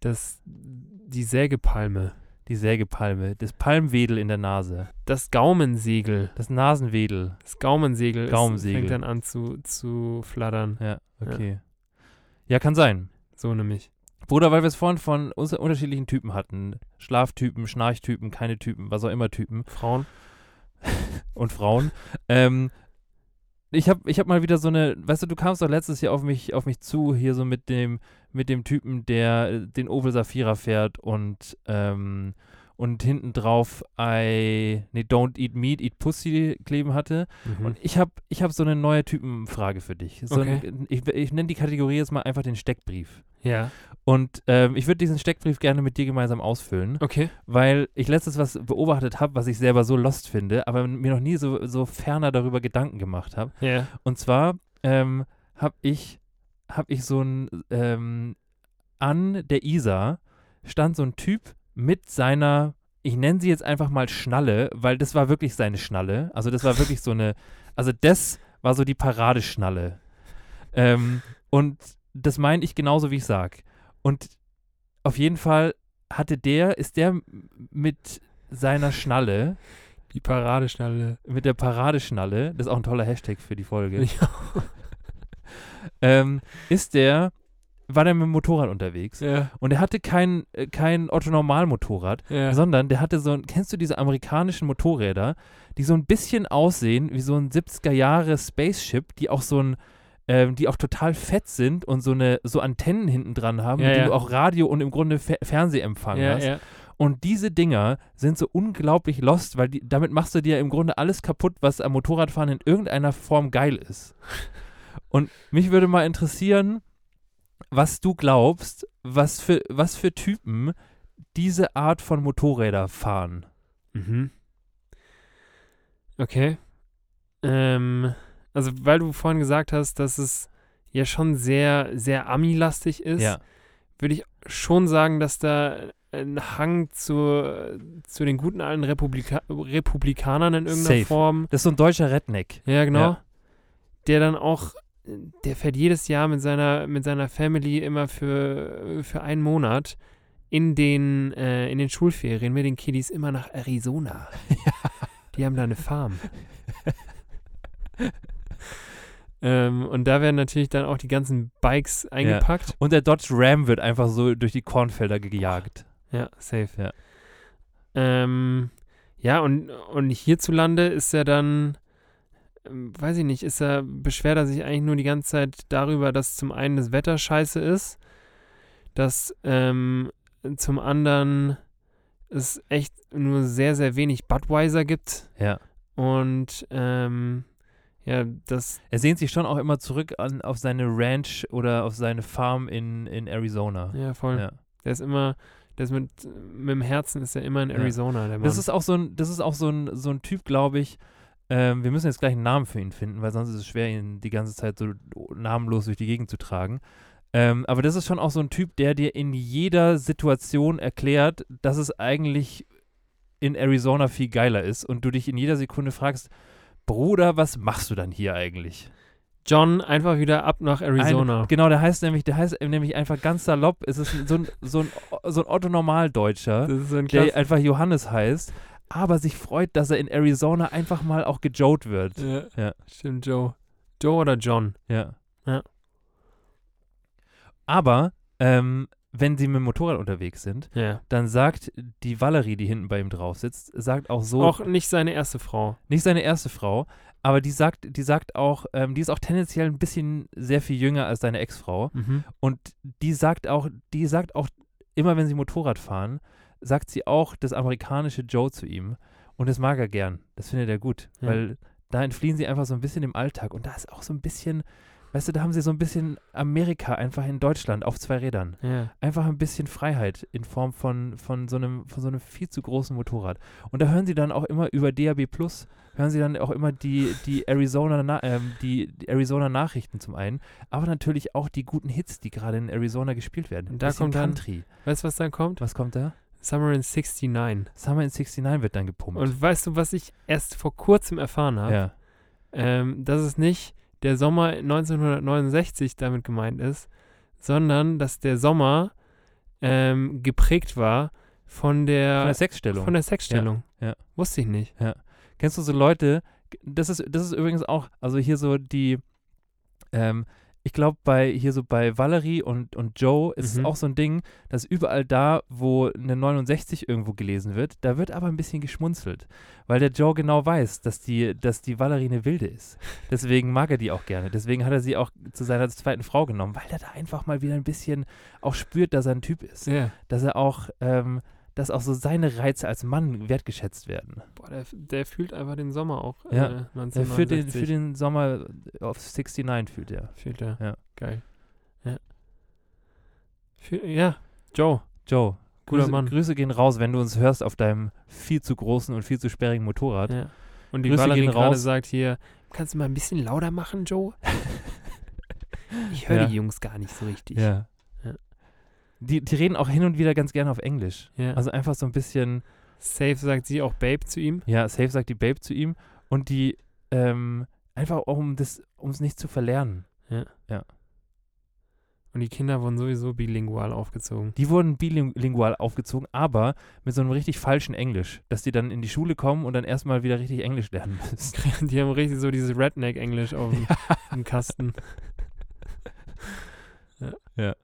C: Das, die Sägepalme.
B: Die Sägepalme, das Palmwedel in der Nase,
C: Das Gaumensegel.
B: das Nasenwedel.
C: Das Gaumensegel ist-
B: Gaumensegel.
C: fängt dann an zu, zu flattern.
B: Ja, okay. Ja, kann sein.
C: So nämlich.
B: Bruder, weil wir es vorhin von uns unterschiedlichen Typen hatten. Schlaftypen, Schnarchtypen, keine Typen, was auch immer Typen
C: Frauen.
B: und Frauen. ähm, ich habe ich hab mal wieder so eine, weißt du, du kamst doch letztes Jahr auf mich, auf mich zu, hier so mit dem, mit dem Typen, der äh, den Opel Safira fährt und, ähm, und hinten drauf I, nee, Don't Eat Meat, Eat Pussy kleben hatte.
C: Mhm.
B: Und ich habe ich hab so eine neue Typenfrage für dich. So
C: Okay.
B: ein, ich ich nenne die Kategorie jetzt mal einfach den Steckbrief.
C: Ja.
B: Und ähm, ich würde diesen Steckbrief gerne mit dir gemeinsam ausfüllen,
C: Okay.
B: weil ich letztens was beobachtet habe, was ich selber so lost finde, aber mir noch nie so, so ferner darüber Gedanken gemacht habe.
C: Ja.
B: Und zwar ähm, habe ich, hab ich so ein, ähm, an der Isar stand so ein Typ mit seiner, ich nenne sie jetzt einfach mal Schnalle, weil das war wirklich seine Schnalle. Also das war wirklich so eine, also das war so die Paradeschnalle. Ähm, und das meine ich genauso, wie ich sag. Und auf jeden Fall hatte der, ist der mit seiner Schnalle
C: Die Paradeschnalle.
B: mit der Paradeschnalle, das ist auch ein toller Hashtag für die Folge. ähm, ist der, war der mit dem Motorrad unterwegs
C: Ja.
B: und er hatte kein, äh, kein Otto-Normal-Motorrad,
C: Ja.
B: sondern der hatte so ein, kennst du diese amerikanischen Motorräder, die so ein bisschen aussehen wie so ein 70er-Jahre-Spaceship, die auch so ein, ähm, die auch total fett sind und so eine, so Antennen hinten dran haben,
C: Ja,
B: mit denen
C: ja.
B: du auch Radio und im Grunde Fe Fernsehempfang
C: ja,
B: hast.
C: ja.
B: Und diese Dinger sind so unglaublich lost, weil die, damit machst du dir im Grunde alles kaputt, was am Motorradfahren in irgendeiner Form geil ist. Und mich würde mal interessieren, was du glaubst, was für, was für Typen diese Art von Motorräder fahren.
C: Mhm. Okay. Ähm, also, weil du vorhin gesagt hast, dass es ja schon sehr, sehr Ami-lastig ist, würde ich schon sagen, dass da ein Hang zu, zu den guten alten Republika Republikanern in irgendeiner
B: Safe.
C: Form.
B: Das ist so ein deutscher Redneck.
C: Ja, genau.
B: Ja.
C: Der dann auch, der fährt jedes Jahr mit seiner, mit seiner Family immer für, für einen Monat in den, äh, in den Schulferien mit den Kiddies immer nach Arizona. Die haben da eine Farm. ähm, und da werden natürlich dann auch die ganzen Bikes eingepackt.
B: Und der Dodge Ram wird einfach so durch die Kornfelder gejagt.
C: Ja, safe.
B: Ja.
C: Ähm, ja, und, und hierzulande ist er dann, ähm, weiß ich nicht, ist er, beschwert er sich eigentlich nur die ganze Zeit darüber, dass zum einen das Wetter scheiße ist, dass ähm, zum anderen es echt nur sehr, sehr wenig Budweiser gibt
B: Ja.
C: und ähm, ja, das,
B: Er sehnt sich schon auch immer zurück an, auf seine Ranch oder auf seine Farm in, in Arizona.
C: ja, voll.
B: Ja.
C: Der ist immer, der ist mit, mit dem Herzen ist er immer in
B: Ja.
C: Arizona, der Mann.
B: Das ist auch so ein, das ist auch so ein, so ein Typ, glaube ich. Ähm, wir müssen jetzt gleich einen Namen für ihn finden, weil sonst ist es schwer, ihn die ganze Zeit so namenlos durch die Gegend zu tragen. Ähm, aber das ist schon auch so ein Typ, der dir in jeder Situation erklärt, dass es eigentlich in Arizona viel geiler ist und du dich in jeder Sekunde fragst, Bruder, was machst du dann hier eigentlich?
C: John einfach wieder ab nach Arizona.
B: Ein, genau, der heißt nämlich, der heißt nämlich einfach ganz salopp, es ist so ein, so ein, so ein Otto-Normaldeutscher.
C: das ist so ein
B: der
C: Klass-
B: einfach Johannes heißt, aber sich freut, dass er in Arizona einfach mal auch gejoked wird.
C: ja,
B: Ja.
C: Stimmt, Joe. Joe oder John?
B: Ja.
C: Ja.
B: Aber, ähm, wenn sie mit dem Motorrad unterwegs sind,
C: Ja.
B: dann sagt die Valerie, die hinten bei ihm drauf sitzt, sagt auch so,
C: Auch nicht seine erste Frau.
B: nicht seine erste Frau, aber die sagt, die sagt auch, ähm, die ist auch tendenziell ein bisschen sehr viel jünger als deine Ex-Frau. Und die sagt auch, die sagt auch, immer wenn sie Motorrad fahren, sagt sie auch das amerikanische Joe zu ihm. Und das mag er gern. Das findet er gut.
C: Ja.
B: Weil da entfliehen sie einfach so ein bisschen dem Alltag. Und da ist auch so ein bisschen, weißt du, da haben sie so ein bisschen Amerika einfach in Deutschland auf zwei Rädern.
C: Ja.
B: Einfach ein bisschen Freiheit in Form von, von, so, einem, von so einem viel zu großen Motorrad. Und da hören sie dann auch immer über DAB Plus, hören sie dann auch immer die, die Arizona, Na- ähm, die, die Arizona Nachrichten zum einen, aber natürlich auch die guten Hits, die gerade in Arizona gespielt werden.
C: Und da
B: Bisschen
C: kommt dann-
B: Country.
C: Weißt du, was dann kommt?
B: Was kommt da?
C: Summer in 69.
B: Summer in 69 wird dann gepumpt.
C: Und weißt du, was ich erst vor kurzem erfahren habe?
B: ja.
C: ähm, dass es nicht der Sommer 1969 damit gemeint ist, sondern dass der Sommer ähm, geprägt war von der,
B: Von der Sexstellung.
C: von der Sexstellung.
B: Ja, ja.
C: Wusste ich nicht.
B: Kennst du so Leute, das ist, das ist übrigens auch, also hier so die, ähm, ich glaube bei hier so bei Valerie und, und Joe ist es
C: Mhm.
B: auch so ein Ding, dass überall da, wo eine 69 irgendwo gelesen wird, da wird aber ein bisschen geschmunzelt. Weil der Joe genau weiß, dass die, dass die Valerie eine Wilde ist. Deswegen mag er die auch gerne. Deswegen hat er sie auch zu seiner zweiten Frau genommen, weil er da einfach mal wieder ein bisschen auch spürt, dass er ein Typ ist.
C: Ja.
B: Dass er auch, ähm, dass auch so seine Reize als Mann wertgeschätzt werden.
C: Boah, der, der fühlt einfach den Sommer auch.
B: Ja.
C: Äh,
B: Ja, für, den,
C: 1969.
B: für den Sommer äh, auf 69 fühlt er.
C: Fühlt er.
B: Ja.
C: Geil. Ja. Fühl, ja. Joe.
B: Joe,
C: Guter
B: Grüße,
C: Mann.
B: Grüße gehen raus, wenn du uns hörst auf deinem viel zu großen und viel zu sperrigen Motorrad.
C: Ja. Und die
B: Grüße
C: Valerie
B: gehen
C: gerade
B: raus.
C: sagt hier, kannst du mal ein bisschen lauter machen, Joe? ich höre
B: Ja.
C: die Jungs gar nicht so richtig.
B: Ja.
C: Ja.
B: Die, die reden auch hin und wieder ganz gerne auf Englisch.
C: Ja.
B: Also einfach so ein bisschen,
C: Safe sagt sie auch Babe zu ihm.
B: ja, safe sagt die Babe zu ihm und die, ähm, einfach auch um das, um es nicht zu verlernen.
C: Und die Kinder wurden sowieso bilingual aufgezogen.
B: Die wurden bilingual aufgezogen, aber mit so einem richtig falschen Englisch, dass die dann in die Schule kommen und dann erstmal wieder richtig Englisch lernen müssen.
C: Die haben richtig so dieses Redneck-Englisch auf dem im Kasten. ja.
B: Ja.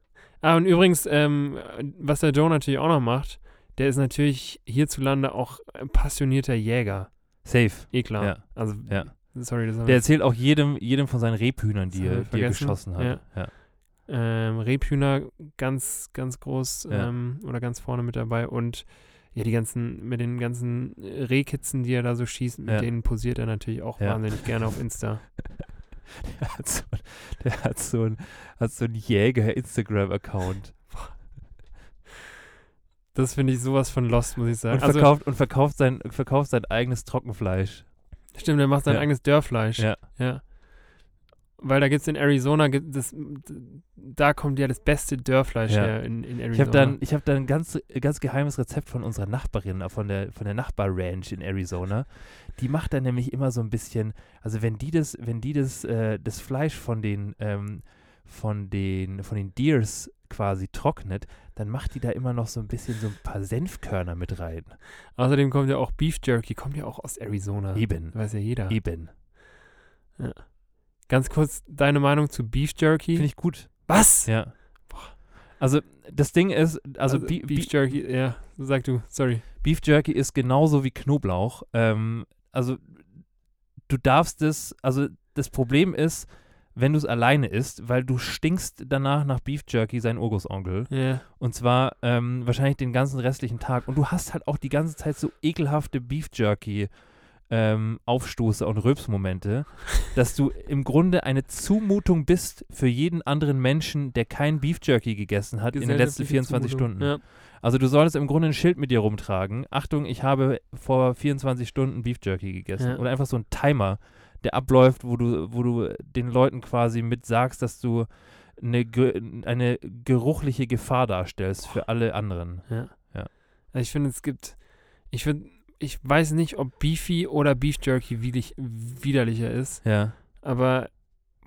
C: Ah, und übrigens, ähm, was der Joe natürlich auch noch macht, der ist natürlich hierzulande auch ein passionierter Jäger.
B: Safe,
C: Eh klar.
B: Ja.
C: Also,
B: ja.
C: sorry, das haben
B: Der
C: wir-
B: erzählt auch jedem, jedem von seinen Rebhühnern,
C: Das
B: die,
C: haben
B: er,
C: wir
B: die er
C: vergessen.
B: geschossen hat.
C: Ja.
B: Ja.
C: ähm, Rebhühner ganz, ganz groß
B: Ja.
C: ähm, oder ganz vorne mit dabei und ja, die ganzen, mit den ganzen Rehkitzen, die er da so schießt, mit
B: Ja.
C: denen posiert er natürlich auch
B: Ja.
C: wahnsinnig gerne auf Insta.
B: Der hat so, der hat so ein, hat so einen Jäger-Instagram-Account.
C: Das finde ich sowas von lost, muss ich sagen.
B: Und,
C: Also,
B: verkauft, und verkauft, sein, verkauft sein eigenes Trockenfleisch.
C: stimmt, der macht sein
B: Ja.
C: eigenes Dörrfleisch.
B: Ja.
C: ja. Weil da gibt es in Arizona, gibt das, da kommt ja das beste Dörrfleisch
B: Ja.
C: her in, in Arizona.
B: Ich habe dann, ich hab dann ein ganz, ganz geheimes Rezept von unserer Nachbarin, äh, von der, von der Nachbar-Ranch in Arizona. Die macht dann nämlich immer so ein bisschen, also wenn die das, wenn die das, äh, das Fleisch von den, ähm, von den, von den Deers quasi trocknet, dann macht die da immer noch so ein bisschen so ein paar Senfkörner mit rein.
C: Außerdem kommt ja auch Beef Jerky, kommt ja auch aus Arizona.
B: Eben,
C: Weiß ja jeder.
B: eben.
C: Ganz kurz deine Meinung zu Beef Jerky.
B: Finde ich gut.
C: Was?
B: Ja. Also das Ding ist, also, Be Be
C: Beef Jerky, ja, sag du, sorry.
B: Beef Jerky ist genauso wie Knoblauch. Ähm, also du darfst es, also das Problem ist, wenn du es alleine isst, weil du stinkst danach nach Beef Jerky, sein Urgroßonkel.
C: Ja,
B: Und zwar ähm, wahrscheinlich den ganzen restlichen Tag. Und du hast halt auch die ganze Zeit so ekelhafte Beef Jerky ähm, Aufstoße und Rülpsmomente, dass du im Grunde eine Zumutung bist für jeden anderen Menschen, der kein Beef Jerky gegessen hat in den letzten
C: Gesellschaftliche
B: 24
C: Zumutung.
B: Stunden. Also du solltest im Grunde ein Schild mit dir rumtragen. Achtung, ich habe vor 24 Stunden Beef Jerky gegessen.
C: Ja.
B: Oder einfach so ein Timer, der abläuft, wo du, wo du den Leuten quasi mit sagst, dass du eine, ge- eine geruchliche Gefahr darstellst für alle anderen.
C: Ja.
B: Ja.
C: Also ich finde, es gibt, ich finde, ich weiß nicht, ob Beefy oder Beef Jerky widerlich, widerlicher ist,
B: Ja.
C: aber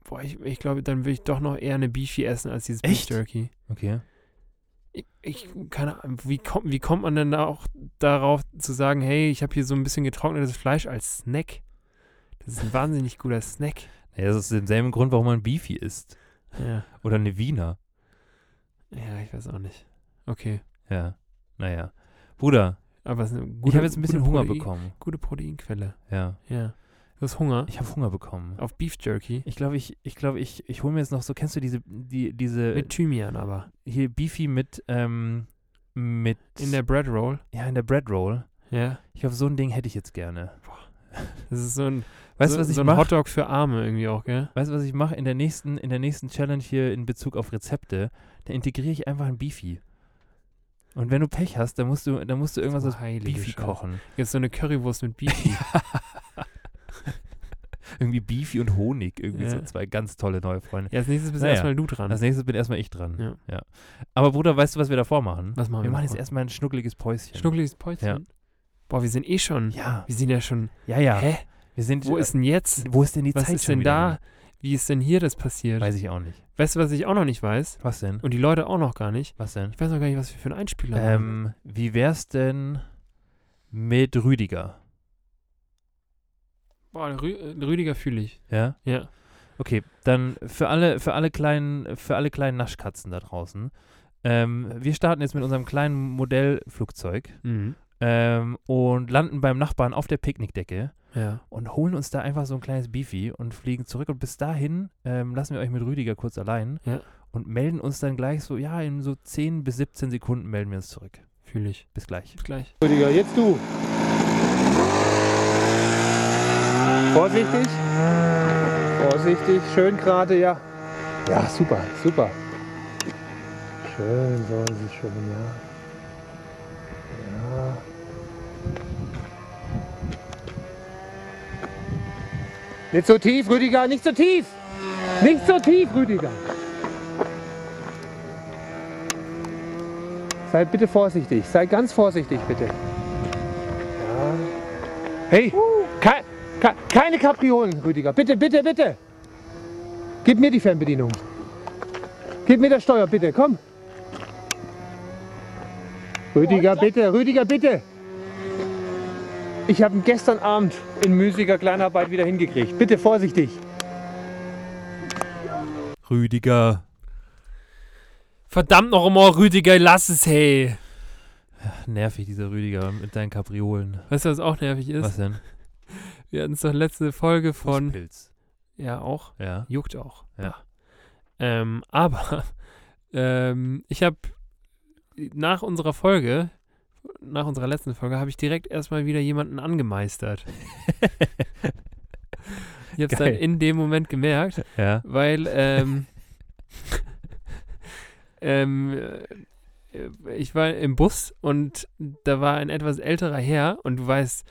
C: boah, ich, ich glaube, dann würde ich doch noch eher eine Beefy essen als dieses
B: Echt?
C: Beef Jerky.
B: Okay.
C: Ich, ich keine Ahnung, wie kommt, wie kommt man denn da auch darauf zu sagen, hey, ich habe hier so ein bisschen getrocknetes Fleisch als Snack? Das ist ein wahnsinnig guter Snack.
B: Ja, das ist demselben Grund, warum man Beefy isst.
C: Ja,
B: Oder eine Wiener.
C: ja ich weiß auch nicht. Okay,
B: Ja. Naja. Bruder,
C: aber es ist eine
B: ich
C: gute,
B: habe jetzt ein bisschen
C: gute
B: Hunger
C: Protein-
B: bekommen.
C: Gute Proteinquelle.
B: Ja.
C: Ja. Du hast Hunger
B: Ich habe Hunger bekommen.
C: auf Beef Jerky
B: Ich glaube, ich, ich glaube, ich, ich hole mir jetzt noch so, kennst du diese, die, diese
C: mit Thymian aber.
B: hier Beefy mit, ähm, mit,
C: In der Bread Roll.
B: ja, in der Bread Roll.
C: Ja.
B: Ich glaube, so ein Ding hätte ich jetzt gerne.
C: Das ist so ein,
B: Weißt
C: so,
B: du, was ich
C: so ein
B: mache?
C: Hotdog für Arme irgendwie auch, gell?
B: Weißt du, was ich mache? In der nächsten, in der nächsten Challenge hier in Bezug auf Rezepte, da integriere ich einfach ein Beefy. Und wenn du Pech hast, dann musst du, dann musst du irgendwas aus
C: heilige
B: Beefy
C: Scheiße.
B: kochen.
C: Jetzt so eine Currywurst mit Beefy.
B: Irgendwie Beefy und Honig, irgendwie
C: Ja.
B: so zwei ganz tolle neue Freunde.
C: ja, als nächstes bist
B: Naja.
C: erstmal du dran.
B: Als nächstes bin erstmal ich dran.
C: Ja.
B: Aber Bruder, weißt du, was wir davor machen?
C: Was machen
B: Wir machen jetzt
C: davon?
B: erstmal ein schnuckeliges Päuschen.
C: Schnuckeliges Päuschen.
B: Ja.
C: Boah, wir sind eh schon.
B: ja,
C: Wir sind ja schon.
B: ja, ja.
C: Hä?
B: Wir sind,
C: Wo ist denn jetzt?
B: wo ist denn die
C: Was
B: Zeit
C: ist
B: schon
C: denn
B: wieder
C: da? Wie ist denn hier das passiert?
B: hin? Weiß ich auch nicht.
C: Weißt du, was ich auch noch nicht weiß?
B: Was denn?
C: Und die Leute auch noch gar nicht.
B: Was denn?
C: Ich weiß noch gar nicht, was wir für einen Einspieler haben.
B: Ähm, wie wär's denn mit Rüdiger?
C: Boah, Rü äh, Rüdiger fühle ich.
B: Ja?
C: Ja.
B: Okay, dann für alle, für alle kleinen, für alle kleinen Naschkatzen da draußen. Ähm, wir starten jetzt mit unserem kleinen Modellflugzeug
C: Mhm.
B: ähm, und landen beim Nachbarn auf der Picknickdecke
C: Ja.
B: und holen uns da einfach so ein kleines Beefy und fliegen zurück. Und bis dahin ähm, lassen wir euch mit Rüdiger kurz allein
C: Ja.
B: und melden uns dann gleich so, ja, in so 10 bis 17 Sekunden melden wir uns zurück.
C: Fühle ich.
B: Bis gleich.
C: Bis gleich.
D: Rüdiger, jetzt du. Vorsichtig. Vorsichtig. Schön gerade, ja. Ja, super, super. Schön soll sie schon, ja. Ja. Nicht so tief, Rüdiger, nicht so tief. Nicht so tief, Rüdiger. Sei bitte vorsichtig, sei ganz vorsichtig, bitte. Hey, ke ke keine Kapriolen, Rüdiger. Bitte, bitte, bitte. Gib mir die Fernbedienung. Gib mir das Steuer, bitte. Komm. Rüdiger, bitte, Rüdiger, bitte. Ich habe ihn gestern Abend in müßiger Kleinarbeit wieder hingekriegt. Bitte vorsichtig.
B: Rüdiger.
C: Verdammt noch einmal, Rüdiger, lass es, hey.
B: Nervig, dieser Rüdiger mit seinen Kapriolen.
C: Weißt du, was auch nervig ist?
B: Was denn?
C: Wir hatten es doch letzte Folge von.
B: Pilz.
C: Ja, auch.
B: Ja.
C: Juckt auch.
B: Ja.
C: Ähm, aber ähm, ich habe nach unserer Folge, nach unserer letzten Folge, habe ich direkt erstmal wieder jemanden angemeistert. Ich habe es dann
B: Geil.
C: in dem Moment gemerkt,
B: ja.
C: weil ähm, ähm, äh, ich war im Bus und da war ein etwas älterer Herr und du weißt,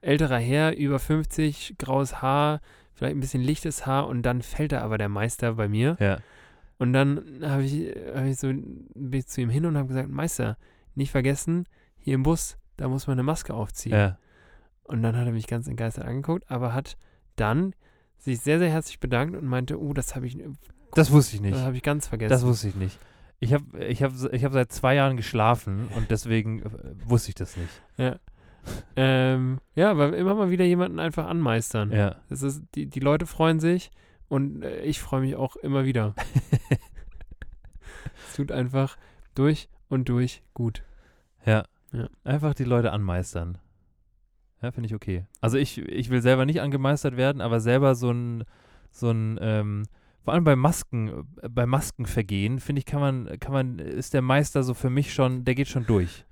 C: älterer Herr, über 50, graues Haar, vielleicht ein bisschen lichtes Haar und dann fällt da aber der Meister bei mir.
B: Ja.
C: Und dann habe ich, hab ich so, bin ich zu ihm hin und habe gesagt, Meister, nicht vergessen, hier im Bus, da muss man eine Maske aufziehen.
B: Ja.
C: Und dann hat er mich ganz entgeistert angeguckt, aber hat dann sich sehr, sehr herzlich bedankt und meinte, oh, das habe ich,
B: Das wusste ich nicht.
C: das hab ich ganz vergessen.
B: Das wusste ich nicht. Ich habe ich hab, ich hab seit zwei Jahren geschlafen und deswegen äh, wusste ich das nicht.
C: ähm, ja, weil wir immer mal wieder jemanden einfach anmeistern.
B: Ja.
C: Das ist, die, die Leute freuen sich und äh, ich freue mich auch immer wieder. es tut einfach durch und durch gut.
B: Ja.
C: Ja.
B: Einfach die Leute anmeistern. Ja, finde ich okay. Also ich, ich will selber nicht angemeistert werden, aber selber so ein, so ein, ähm, vor allem bei Masken, äh, bei Maskenvergehen, finde ich, kann man, kann man, ist der Meister so für mich schon, der geht schon durch.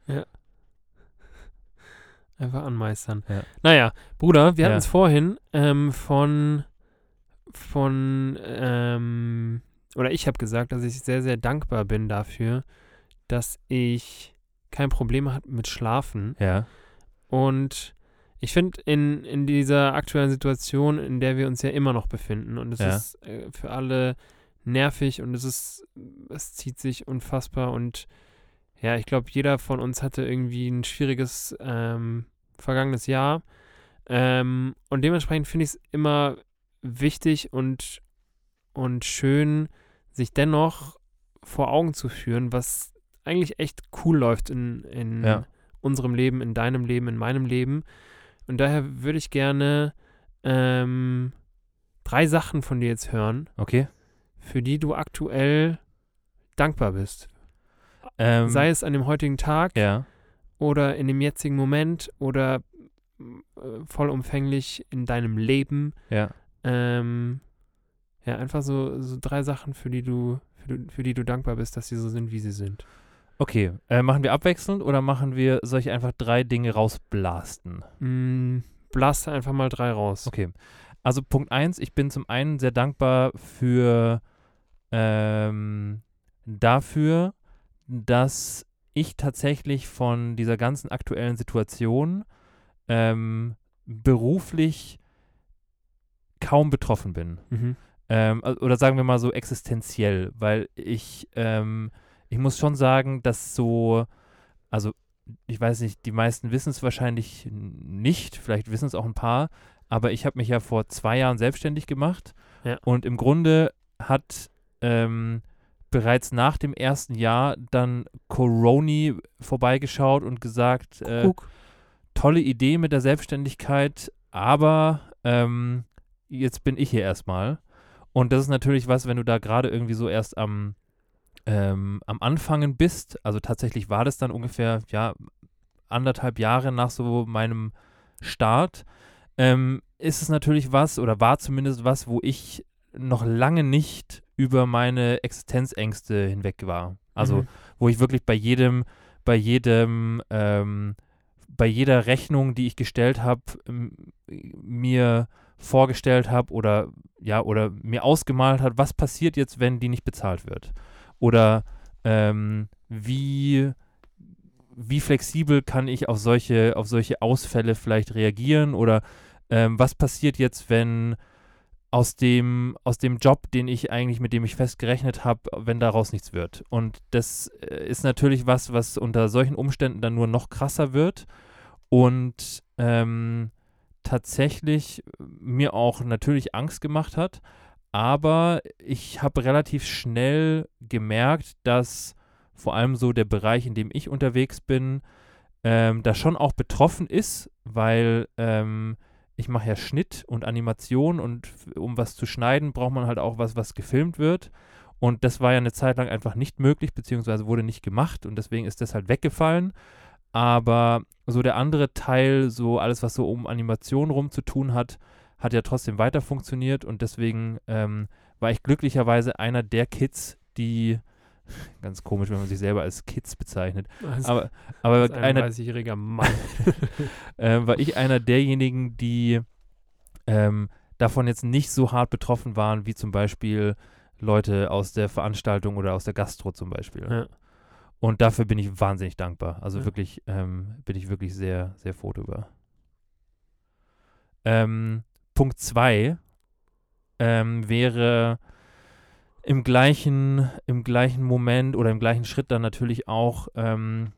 C: Einfach anmeistern.
B: Ja.
C: Naja, Bruder, wir
B: Ja.
C: hatten es vorhin ähm, von, von, ähm, oder ich habe gesagt, dass ich sehr, sehr dankbar bin dafür, dass ich kein Problem hat mit Schlafen.
B: Ja.
C: Und ich finde, in, in dieser aktuellen Situation, in der wir uns ja immer noch befinden, und es
B: Ja.
C: ist äh, für alle nervig und es ist, es zieht sich unfassbar und ja, ich glaube, jeder von uns hatte irgendwie ein schwieriges ähm, vergangenes Jahr. Ähm, und dementsprechend finde ich es immer wichtig und, und schön, sich dennoch vor Augen zu führen, was eigentlich echt cool läuft in, in
B: Ja.
C: unserem Leben, in deinem Leben, in meinem Leben. Und daher würde ich gerne ähm, drei Sachen von dir jetzt hören,
B: Okay.
C: für die du aktuell dankbar bist.
B: Ähm,
C: Sei es an dem heutigen Tag
B: ja.
C: oder in dem jetzigen Moment oder äh, vollumfänglich in deinem Leben.
B: Ja.
C: Ähm, ja, einfach so, so drei Sachen, für die du, für, du- für die du dankbar bist, dass sie so sind, wie sie sind.
B: Okay. Äh, machen wir abwechselnd oder machen wir, soll ich einfach drei Dinge rausblasten?
C: Mm, blast einfach mal drei raus.
B: Okay. Also Punkt 1, ich bin zum einen sehr dankbar für ähm, dafür, dass ich tatsächlich von dieser ganzen aktuellen Situation ähm, beruflich kaum betroffen bin.
C: Mhm.
B: Ähm, al- oder sagen wir mal so existenziell, weil ich, ähm, ich muss schon sagen, dass so, also ich weiß nicht, die meisten wissen es wahrscheinlich n- nicht, vielleicht wissen es auch ein paar, aber ich habe mich ja vor zwei Jahren selbstständig gemacht
C: Ja.
B: und im Grunde hat ähm, bereits nach dem ersten Jahr dann Coroni vorbeigeschaut und gesagt, äh,
C: Guck.
B: tolle Idee mit der Selbstständigkeit, aber ähm, jetzt bin ich hier erstmal. Und das ist natürlich was, wenn du da gerade irgendwie so erst am, ähm, am Anfangen bist. Also tatsächlich war das dann ungefähr, ja, anderthalb Jahre nach so meinem Start. Ähm, ist es natürlich was, oder war zumindest was, wo ich noch lange nicht über meine Existenzängste hinweg war. Also
C: Mhm.
B: wo ich wirklich bei jedem, bei jedem, ähm, bei jeder Rechnung, die ich gestellt habe, mir vorgestellt habe oder ja oder mir ausgemalt hat, was passiert jetzt, wenn die nicht bezahlt wird oder ähm, wie wie flexibel kann ich auf solche auf solche Ausfälle vielleicht reagieren oder ähm, was passiert jetzt, wenn aus dem, aus dem Job, den ich eigentlich, mit dem ich fest gerechnet habe, wenn daraus nichts wird. Und das äh, ist natürlich was, was unter solchen Umständen dann nur noch krasser wird und ähm, tatsächlich mir auch natürlich Angst gemacht hat. Aber ich habe relativ schnell gemerkt, dass vor allem so der Bereich, in dem ich unterwegs bin, ähm, da schon auch betroffen ist, weil ähm, ich mache ja Schnitt und Animation und f- um was zu schneiden, braucht man halt auch was, was gefilmt wird. Und das war ja eine Zeit lang einfach nicht möglich, beziehungsweise wurde nicht gemacht und deswegen ist das halt weggefallen. Aber so der andere Teil, so alles, was so um Animation rum zu tun hat, hat ja trotzdem weiter funktioniert und deswegen ähm, war ich glücklicherweise einer der Kids, die ganz komisch, wenn man sich selber als Kids bezeichnet,
C: Also,
B: aber, aber
C: als
B: einer
C: 31-jähriger Mann.
B: äh, war ich einer derjenigen, die ähm, davon jetzt nicht so hart betroffen waren, wie zum Beispiel Leute aus der Veranstaltung oder aus der Gastro zum Beispiel.
C: Ja.
B: Und dafür bin ich wahnsinnig dankbar. Also
C: Ja.
B: wirklich, ähm, bin ich wirklich sehr, sehr froh drüber. Ähm, Punkt 2 ähm, wäre im gleichen, im gleichen Moment oder im gleichen Schritt dann natürlich auch ähm,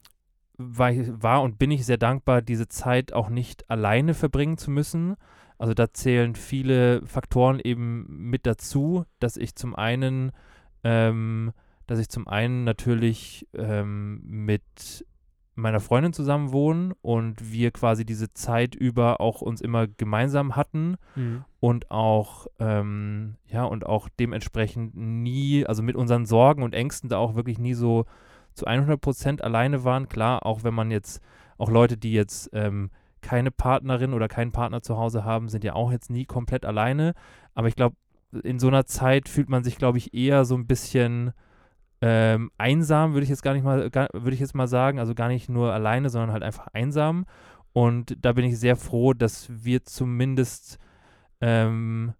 B: war, ich, war und bin ich sehr dankbar, diese Zeit auch nicht alleine verbringen zu müssen. Also da zählen viele Faktoren eben mit dazu, dass ich zum einen, ähm, dass ich zum einen natürlich ähm, mit meiner Freundin zusammen wohne und wir quasi diese Zeit über auch uns immer gemeinsam hatten
C: Mhm.
B: und auch ähm, ja und auch dementsprechend nie, also mit unseren Sorgen und Ängsten da auch wirklich nie so zu 100 Prozent alleine waren. Klar, auch wenn man jetzt auch Leute, die jetzt ähm, keine Partnerin oder keinen Partner zu Hause haben, sind ja auch jetzt nie komplett alleine. Aber ich glaube, in so einer Zeit fühlt man sich, glaube ich, eher so ein bisschen ähm, einsam, würde ich jetzt gar nicht mal, gar- würde ich jetzt mal sagen. Also gar nicht nur alleine, sondern halt einfach einsam. Und da bin ich sehr froh, dass wir zumindest, ähm,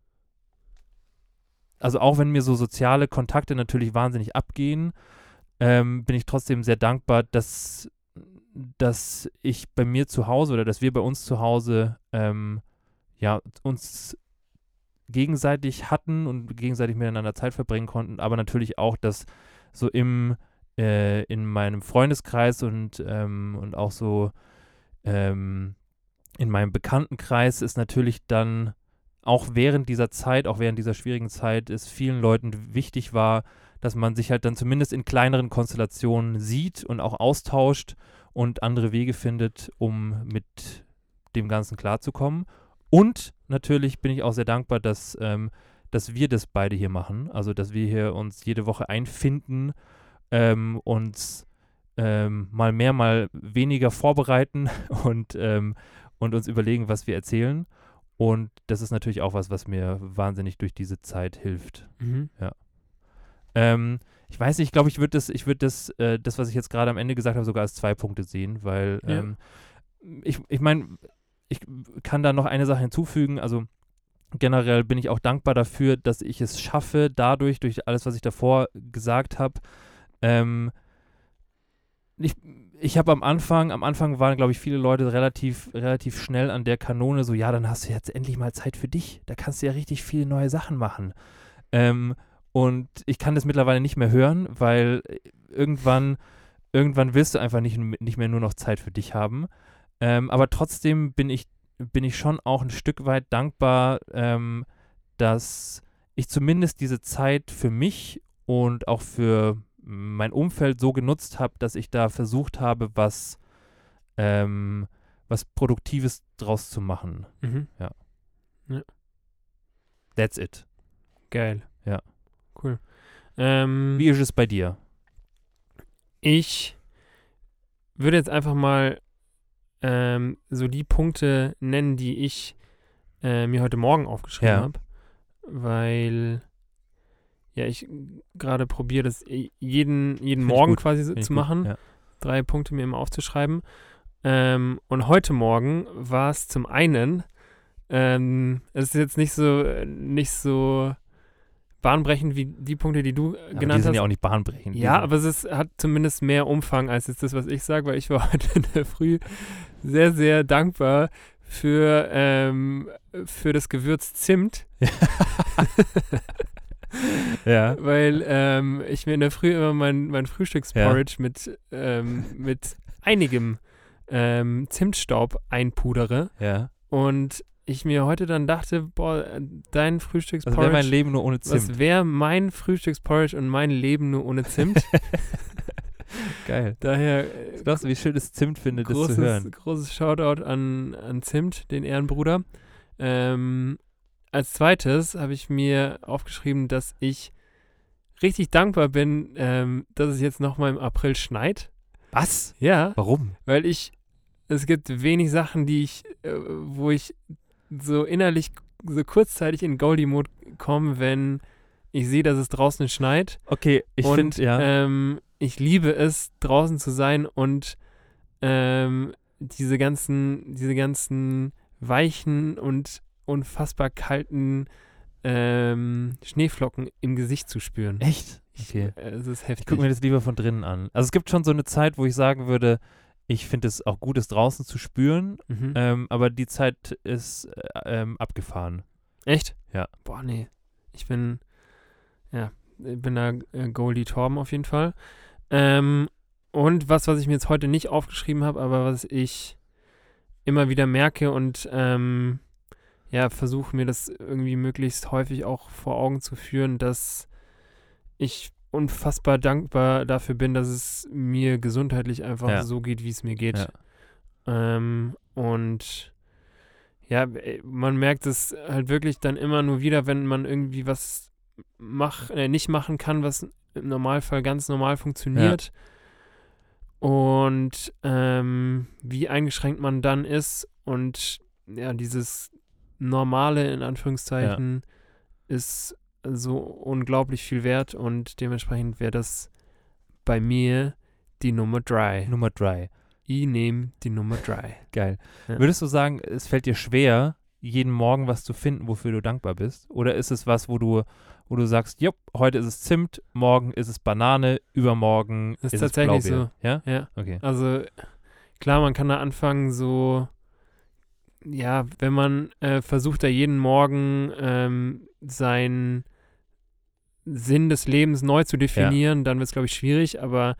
B: also auch wenn mir so soziale Kontakte natürlich wahnsinnig abgehen, ähm, bin ich trotzdem sehr dankbar, dass, dass ich bei mir zu Hause oder dass wir bei uns zu Hause ähm, ja, uns gegenseitig hatten und gegenseitig miteinander Zeit verbringen konnten, aber natürlich auch, dass so im äh, in meinem Freundeskreis und, ähm, und auch so ähm, in meinem Bekanntenkreis ist natürlich dann auch während dieser Zeit, auch während dieser schwierigen Zeit, es vielen Leuten wichtig war, dass man sich halt dann zumindest in kleineren Konstellationen sieht und auch austauscht und andere Wege findet, um mit dem Ganzen klarzukommen. Und natürlich bin ich auch sehr dankbar, dass, ähm, dass wir das beide hier machen. Also, dass wir hier uns jede Woche einfinden, ähm, uns ähm, mal mehr, mal weniger vorbereiten und, ähm, und uns überlegen, was wir erzählen. Und das ist natürlich auch was, was mir wahnsinnig durch diese Zeit hilft.
C: Mhm.
B: Ähm, ich weiß nicht, ich glaube, ich würde das, ich würde das, äh, das, was ich jetzt gerade am Ende gesagt habe, sogar als zwei Punkte sehen, weil
C: Ja.
B: ähm, ich, ich meine, ich kann da noch eine Sache hinzufügen. Also generell bin ich auch dankbar dafür, dass ich es schaffe, dadurch, durch alles, was ich davor gesagt habe, ähm, ich, ich habe am Anfang, am Anfang waren, glaube ich, viele Leute relativ, relativ schnell an der Kanone, so, ja, dann hast du jetzt endlich mal Zeit für dich. Da kannst du ja richtig viele neue Sachen machen. Ähm, und ich kann das mittlerweile nicht mehr hören, weil äh, irgendwann, irgendwann willst du einfach nicht, nicht mehr nur noch Zeit für dich haben. Ähm, aber trotzdem bin ich, bin ich schon auch ein Stück weit dankbar, ähm, dass ich zumindest diese Zeit für mich und auch für mein Umfeld so genutzt habe, dass ich da versucht habe, was, ähm, was Produktives draus zu machen.
C: Mhm.
B: That's it.
C: Geil.
B: Ja.
C: Cool. Ähm,
B: Wie ist es bei dir?
C: Ich würde jetzt einfach mal ähm, so die Punkte nennen, die ich äh, mir heute Morgen aufgeschrieben
B: Ja.
C: habe, weil ja ich gerade probiere, das i- jeden, jeden
B: Find ich
C: Morgen
B: gut,
C: quasi so
B: Find ich
C: zu
B: gut,
C: machen,
B: Ja.
C: drei Punkte mir immer aufzuschreiben. Ähm, und heute Morgen war es zum einen, ähm, es ist jetzt nicht so äh, nicht so bahnbrechend wie die Punkte, die du äh,
B: Aber die
C: genannt
B: sind
C: hast.
B: ja auch nicht bahnbrechend. Die
C: Ja,
B: sind-
C: aber es ist, hat zumindest mehr Umfang als jetzt das, was ich sage, weil ich war heute in der Früh sehr, sehr dankbar für, ähm, für das Gewürz Zimt,
B: ja.
C: weil ähm, ich mir in der Früh immer mein, mein Frühstücksporridge mit, ähm, mit einigem ähm, Zimtstaub einpudere
B: ja.
C: und ich mir heute dann dachte, boah, dein
B: Also wäre
C: Frühstücksporridge,
B: mein Leben nur ohne Zimt.
C: was wäre mein Frühstücksporridge und mein Leben nur ohne Zimt?
B: Geil.
C: Daher äh,
B: Glaubst du, wie schön das Zimt findet, das zu hören?
C: großes, großes Shoutout an, an Zimt, den Ehrenbruder. Ähm, als zweites habe ich mir aufgeschrieben, dass ich richtig dankbar bin, ähm, dass es jetzt nochmal im April schneit.
B: Was?
C: Ja,
B: Warum?
C: weil ich, es gibt wenig Sachen, die ich, äh, wo ich so innerlich so kurzzeitig in Goldie-Mode komme, wenn ich sehe, dass es draußen schneit.
B: Okay, ich
C: Und,
B: finde, ja.
C: Ähm, ich liebe es, draußen zu sein und ähm, diese ganzen, diese ganzen weichen und unfassbar kalten ähm, Schneeflocken im Gesicht zu spüren.
B: Echt?
C: Ich-
B: Okay.
C: äh, Es ist
B: Ich
C: heftig.
B: gucke mir das lieber von drinnen an. Also es gibt schon so eine Zeit, wo ich sagen würde, ich finde es auch gut, es draußen zu spüren,
C: mhm.
B: ähm, aber die Zeit ist äh, ähm, abgefahren.
C: Echt?
B: ja.
C: Boah, nee. Ich bin, ja, ich bin da äh, Goldie Torben auf jeden Fall. Ähm, und was, was ich mir jetzt heute nicht aufgeschrieben habe, aber was ich immer wieder merke und ähm, ja, versuche mir das irgendwie möglichst häufig auch vor Augen zu führen, dass ich unfassbar dankbar dafür bin, dass es mir gesundheitlich einfach
B: Ja.
C: so geht, wie es mir geht.
B: Ja.
C: Ähm, und ja, äh, man merkt es halt wirklich dann immer nur wieder, wenn man irgendwie was mach, äh, nicht machen kann, was im Normalfall ganz normal funktioniert. Und ähm, wie eingeschränkt man dann ist und ja, dieses normale in Anführungszeichen ist so unglaublich viel wert und dementsprechend wäre das bei mir die Nummer 3.
B: Nummer drei.
C: Ich nehme die Nummer 3.
B: Geil.
C: Ja.
B: Würdest du sagen, es fällt dir schwer, jeden Morgen was zu finden, wofür du dankbar bist? Oder ist es was, wo du, wo du sagst, jupp, heute ist es Zimt, morgen ist es Banane, übermorgen
C: Ist
B: ist, es
C: tatsächlich
B: Blaubeer. Ja?
C: Ja.
B: Okay.
C: Also klar, man kann da anfangen, so, ja, wenn man äh, versucht, da jeden Morgen ähm, seinen Sinn des Lebens neu zu definieren, dann wird es, glaube ich, schwierig. Aber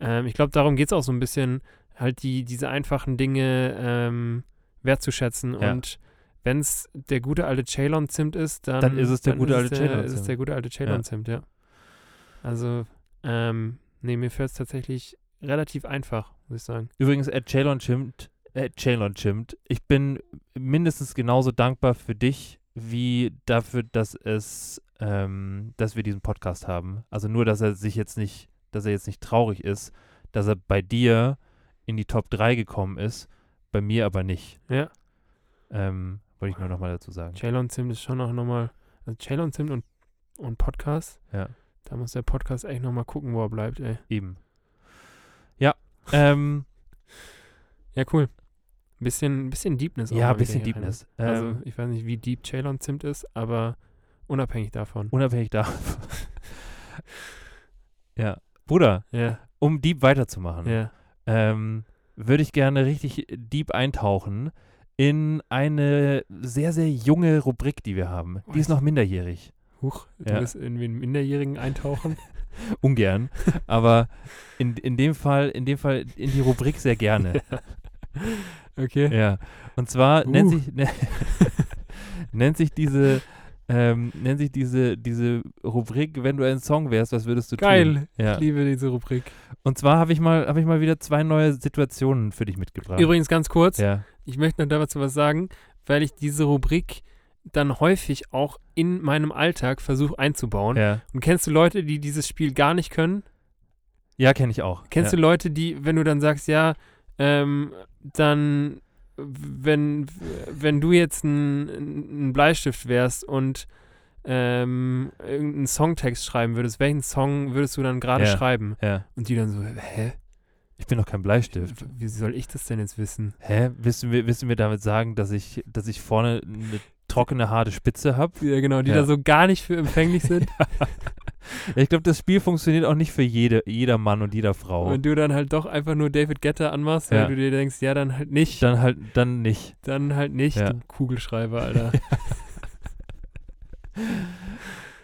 C: ähm, ich glaube, darum geht es auch so ein bisschen, halt die, diese einfachen Dinge ähm, wertzuschätzen.
B: Ja.
C: Und wenn es der gute alte Ceylon-Zimt ist, dann,
B: Dann ist es der gute alte
C: Ist es
B: Ceylon-Zimt.
C: der gute alte Ceylon-Zimt, ja. Also, ähm, nee, mir fällt es tatsächlich relativ einfach, muss ich sagen.
B: Übrigens, at Chalon Chimt, at Chalon Chimt, ich bin mindestens genauso dankbar für dich, wie dafür, dass es, ähm, dass wir diesen Podcast haben. Also nur, dass er sich jetzt nicht, dass er jetzt nicht traurig ist, dass er bei dir in die Top 3 gekommen ist, bei mir aber nicht.
C: Ja.
B: Ähm, wollte ich nur nochmal dazu sagen.
C: Ceylon Zimt ist schon auch nochmal, also Ceylon Zimt und, und Podcast,
B: Ja.
C: da muss der Podcast echt nochmal gucken, wo er bleibt, ey.
B: Eben. Ja. Ähm,
C: Ja, cool. Bisschen, bisschen Deepness. auch
B: ja,
C: mal wieder
B: bisschen
C: hier rein.
B: Deepness. Ähm,
C: Also, ich weiß nicht, wie deep Ceylon Zimt ist, aber unabhängig davon.
B: unabhängig davon. ja. Bruder,
C: Ja,
B: um Deep weiterzumachen.
C: ja.
B: ähm, würde ich gerne richtig deep eintauchen in eine sehr, sehr junge Rubrik, die wir haben. Die ist noch minderjährig.
C: Huch, du
B: Ja.
C: wirst irgendwie in Minderjährigen eintauchen.
B: Ungern. Aber in, in dem Fall, in dem Fall in die Rubrik sehr gerne.
C: Okay.
B: ja. Und zwar nennt
C: Uh.
B: sich ne, nennt sich diese ähm, nennt sich diese, diese Rubrik, wenn du ein Song wärst, was würdest du tun?
C: Geil.
B: Ja.
C: Ich liebe diese Rubrik.
B: Und zwar habe ich mal, habe ich mal wieder zwei neue Situationen für dich mitgebracht.
C: Übrigens ganz kurz,
B: Ja.
C: ich möchte noch dazu was sagen, weil ich diese Rubrik dann häufig auch in meinem Alltag versuche einzubauen.
B: Ja,
C: Und kennst du Leute, die dieses Spiel gar nicht können?
B: ja kenne ich auch.
C: Kennst
B: ja.
C: du Leute, die, wenn du dann sagst, ja, ähm, dann, wenn, wenn du jetzt ein, ein Bleistift wärst und ähm, irgendeinen Songtext schreiben würdest, welchen Song würdest du dann gerade
B: Ja.
C: schreiben?
B: Ja.
C: Und die dann so, hä?
B: Ich bin noch kein Bleistift.
C: Wie soll ich das denn jetzt wissen?
B: Hä? Willst du mir, willst du mir damit sagen, dass ich, dass ich vorne eine trockene, harte Spitze habe?
C: Ja, genau, die
B: Ja.
C: da so gar nicht für empfänglich sind.
B: Ich glaube, das Spiel funktioniert auch nicht für jede, jeder Mann und jeder Frau.
C: Und du dann halt doch einfach nur David Getter anmachst,
B: Ja.
C: weil du dir denkst, ja, dann halt nicht,
B: dann halt, dann nicht.
C: dann halt nicht,
B: Ja.
C: du Kugelschreiber, Alter.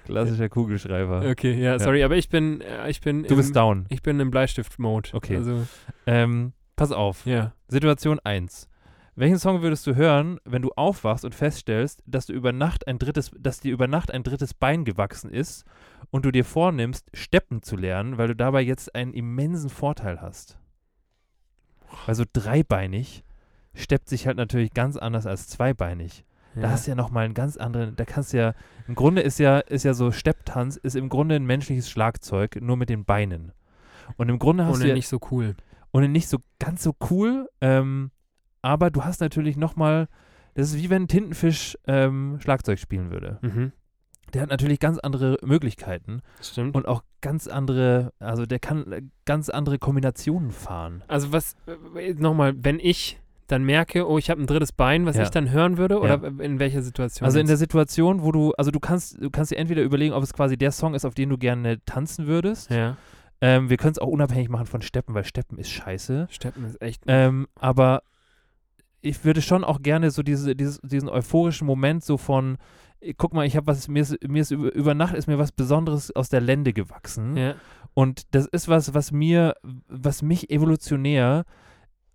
B: Klassischer Kugelschreiber.
C: Okay, ja, sorry, aber ich bin, äh, ich bin,
B: Du bist
C: im,
B: down.
C: ich bin im Bleistift-Mode.
B: Okay.
C: Also,
B: Ähm, pass auf.
C: ja.
B: Situation 1. Welchen Song würdest du hören, wenn du aufwachst und feststellst, dass du über Nacht ein drittes, dass dir über Nacht ein drittes Bein gewachsen ist und du dir vornimmst, Steppen zu lernen, weil du dabei jetzt einen immensen Vorteil hast? Also dreibeinig steppt sich halt natürlich ganz anders als zweibeinig. Da hast du ja nochmal einen ganz anderen, da kannst du ja, im Grunde ist ja, ist ja so, Stepptanz ist im Grunde ein menschliches Schlagzeug, nur mit den Beinen. Und im Grunde hast
C: Ohne
B: du ja,
C: nicht so cool.
B: und nicht so ganz so cool. Ähm, aber du hast natürlich nochmal, das ist wie wenn ein Tintenfisch ähm, Schlagzeug spielen würde.
C: Mhm.
B: Der hat natürlich ganz andere Möglichkeiten
C: Stimmt.
B: und auch ganz andere, also der kann äh, ganz andere Kombinationen fahren.
C: also was, äh, nochmal, wenn ich dann merke, oh, ich habe ein drittes Bein, was
B: Ja.
C: ich dann hören würde, oder
B: Ja.
C: in welcher Situation?
B: Also in der
C: jetzt?
B: Situation, wo du, also du kannst, du kannst dir entweder überlegen, ob es quasi der Song ist, auf den du gerne tanzen würdest.
C: ja.
B: Ähm, wir können es auch unabhängig machen von Steppen, weil Steppen ist scheiße.
C: Steppen ist echt.
B: Ähm, aber ich würde schon auch gerne so diese, dieses, diesen euphorischen Moment so von, äh, guck mal, ich habe was, mir ist, mir ist über, über Nacht ist mir was Besonderes aus der Lende gewachsen.
C: ja.
B: Und das ist was, was mir, was mich evolutionär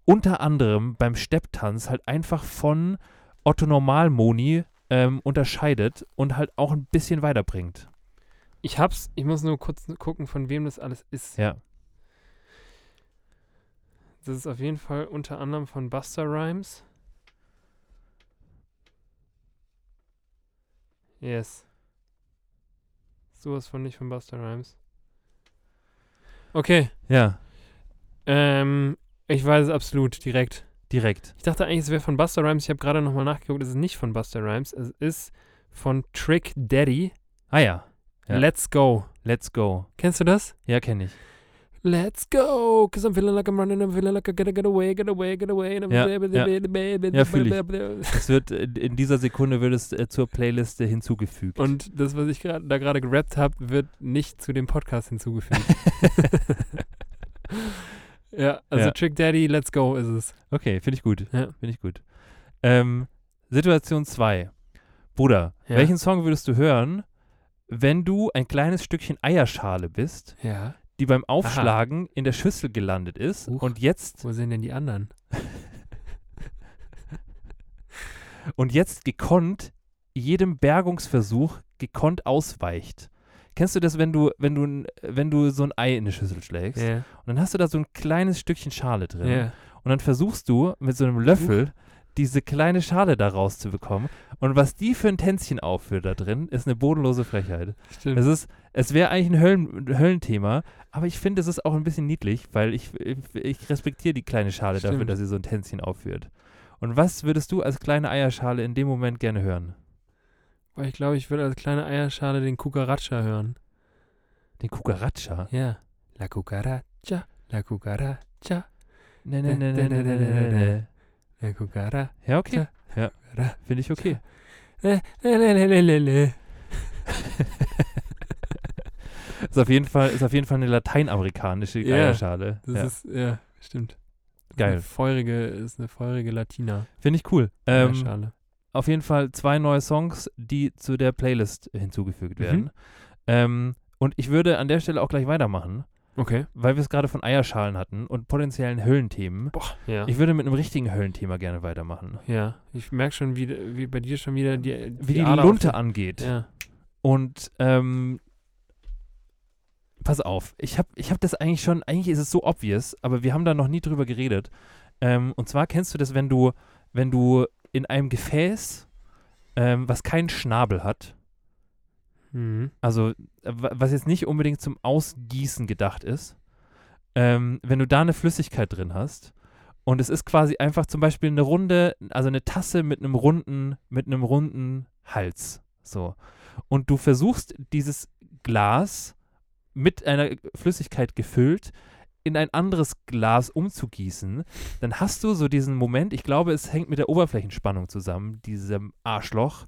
B: unter anderem beim Stepptanz halt einfach von Otto Normalmoni ähm, unterscheidet und halt auch ein bisschen weiterbringt.
C: Ich hab's, ich muss nur kurz gucken, von wem das alles ist.
B: Ja.
C: Das ist auf jeden Fall unter anderem von Buster Rhymes. Yes. Sowas von nicht von Buster Rhymes. Okay.
B: Ja,
C: Ähm, ich weiß es absolut direkt.
B: direkt.
C: Ich dachte eigentlich, es wäre von Buster Rhymes. Ich habe gerade nochmal nachgeguckt. Es ist nicht von Buster Rhymes. Es ist von Trick Daddy.
B: Ah ja, Ja.
C: Let's Go.
B: let's go.
C: Kennst du das?
B: Ja, kenne ich.
C: Let's go, cause I'm feeling like I'm running, I'm feeling like I gotta get away, get away, get away. And I'm
B: Ja,
C: baby,
B: ja.
C: baby, baby,
B: Ja, fühl ich.
C: baby.
B: Es wird äh, in dieser Sekunde wird es äh, zur Playliste hinzugefügt.
C: Und das, was ich gerade- da gerade gerappt habe, wird nicht zu dem Podcast hinzugefügt. ja, also
B: Ja.
C: Trick Daddy, let's go ist es.
B: okay, finde ich gut.
C: Ja.
B: Finde ich gut. Ähm, Situation 2. Bruder,
C: Ja.
B: welchen Song würdest du hören, wenn du ein kleines Stückchen Eierschale bist,
C: Ja.
B: die beim Aufschlagen in der Schüssel gelandet ist
C: Huch.
B: und jetzt
C: Wo sind denn die anderen?
B: und jetzt gekonnt jedem Bergungsversuch gekonnt ausweicht? Kennst du das, wenn du, wenn du, ein- wenn du so ein Ei in eine Schüssel schlägst
C: Ja.
B: und dann hast du da so ein kleines Stückchen Schale drin?
C: Ja.
B: Und dann versuchst du mit so einem Löffel diese kleine Schale da rauszubekommen. Und was die für ein Tänzchen aufführt da drin, ist eine bodenlose Frechheit.
C: Stimmt.
B: Es ist, es wäre eigentlich ein Höllen, Höllenthema, aber ich finde, es ist auch ein bisschen niedlich, weil ich, ich, ich respektiere die kleine Schale dafür,
C: Stimmt.
B: dass sie so ein Tänzchen aufführt. Und was würdest du als kleine Eierschale in dem Moment gerne hören?
C: Weil ich glaube, ich würde als kleine Eierschale den Kukaracha hören.
B: Den Kukaracha?
C: Ja. La Kukaracha, la Kukaracha,
B: Ne, ne, ne, ne, ne, ne, ne, ne.
C: la Kukaracha.
B: Ja, okay. Ja, finde ich okay.
C: Le, le, le, le, le, le, le.
B: Ist auf jeden Fall, ist auf jeden Fall eine lateinamerikanische
C: Ja,
B: Eierschale.
C: Das
B: ja.
C: ist, ja, stimmt. Ist
B: Geil.
C: Eine feurige, ist eine feurige Latina.
B: Finde ich cool. Ähm,
C: Eierschale.
B: auf jeden Fall zwei neue Songs, die zu der Playlist hinzugefügt
C: Mhm.
B: werden. Ähm, und ich würde an der Stelle auch gleich weitermachen,
C: Okay.
B: weil wir es gerade von Eierschalen hatten und potenziellen Höllenthemen.
C: Ja.
B: Ich würde mit einem richtigen Höllenthema gerne weitermachen.
C: Ja, ich merke schon, wie, wie bei dir schon wieder die,
B: Wie die,
C: Ader
B: Lunte
C: auf-
B: angeht.
C: Ja.
B: Und ähm, pass auf, ich habe ich hab das eigentlich schon, eigentlich ist es so obvious, aber wir haben da noch nie drüber geredet. Ähm, und zwar kennst du das, wenn du, wenn du in einem Gefäß, ähm, was keinen Schnabel hat,
C: Mhm.
B: also äh, wa- was jetzt nicht unbedingt zum Ausgießen gedacht ist, ähm, wenn du da eine Flüssigkeit drin hast und es ist quasi einfach zum Beispiel eine runde, also eine Tasse mit einem runden, mit einem runden Hals, so und du versuchst dieses Glas mit einer Flüssigkeit gefüllt in ein anderes Glas umzugießen, dann hast du so diesen Moment, ich glaube, es hängt mit der Oberflächenspannung zusammen, diesem Arschloch,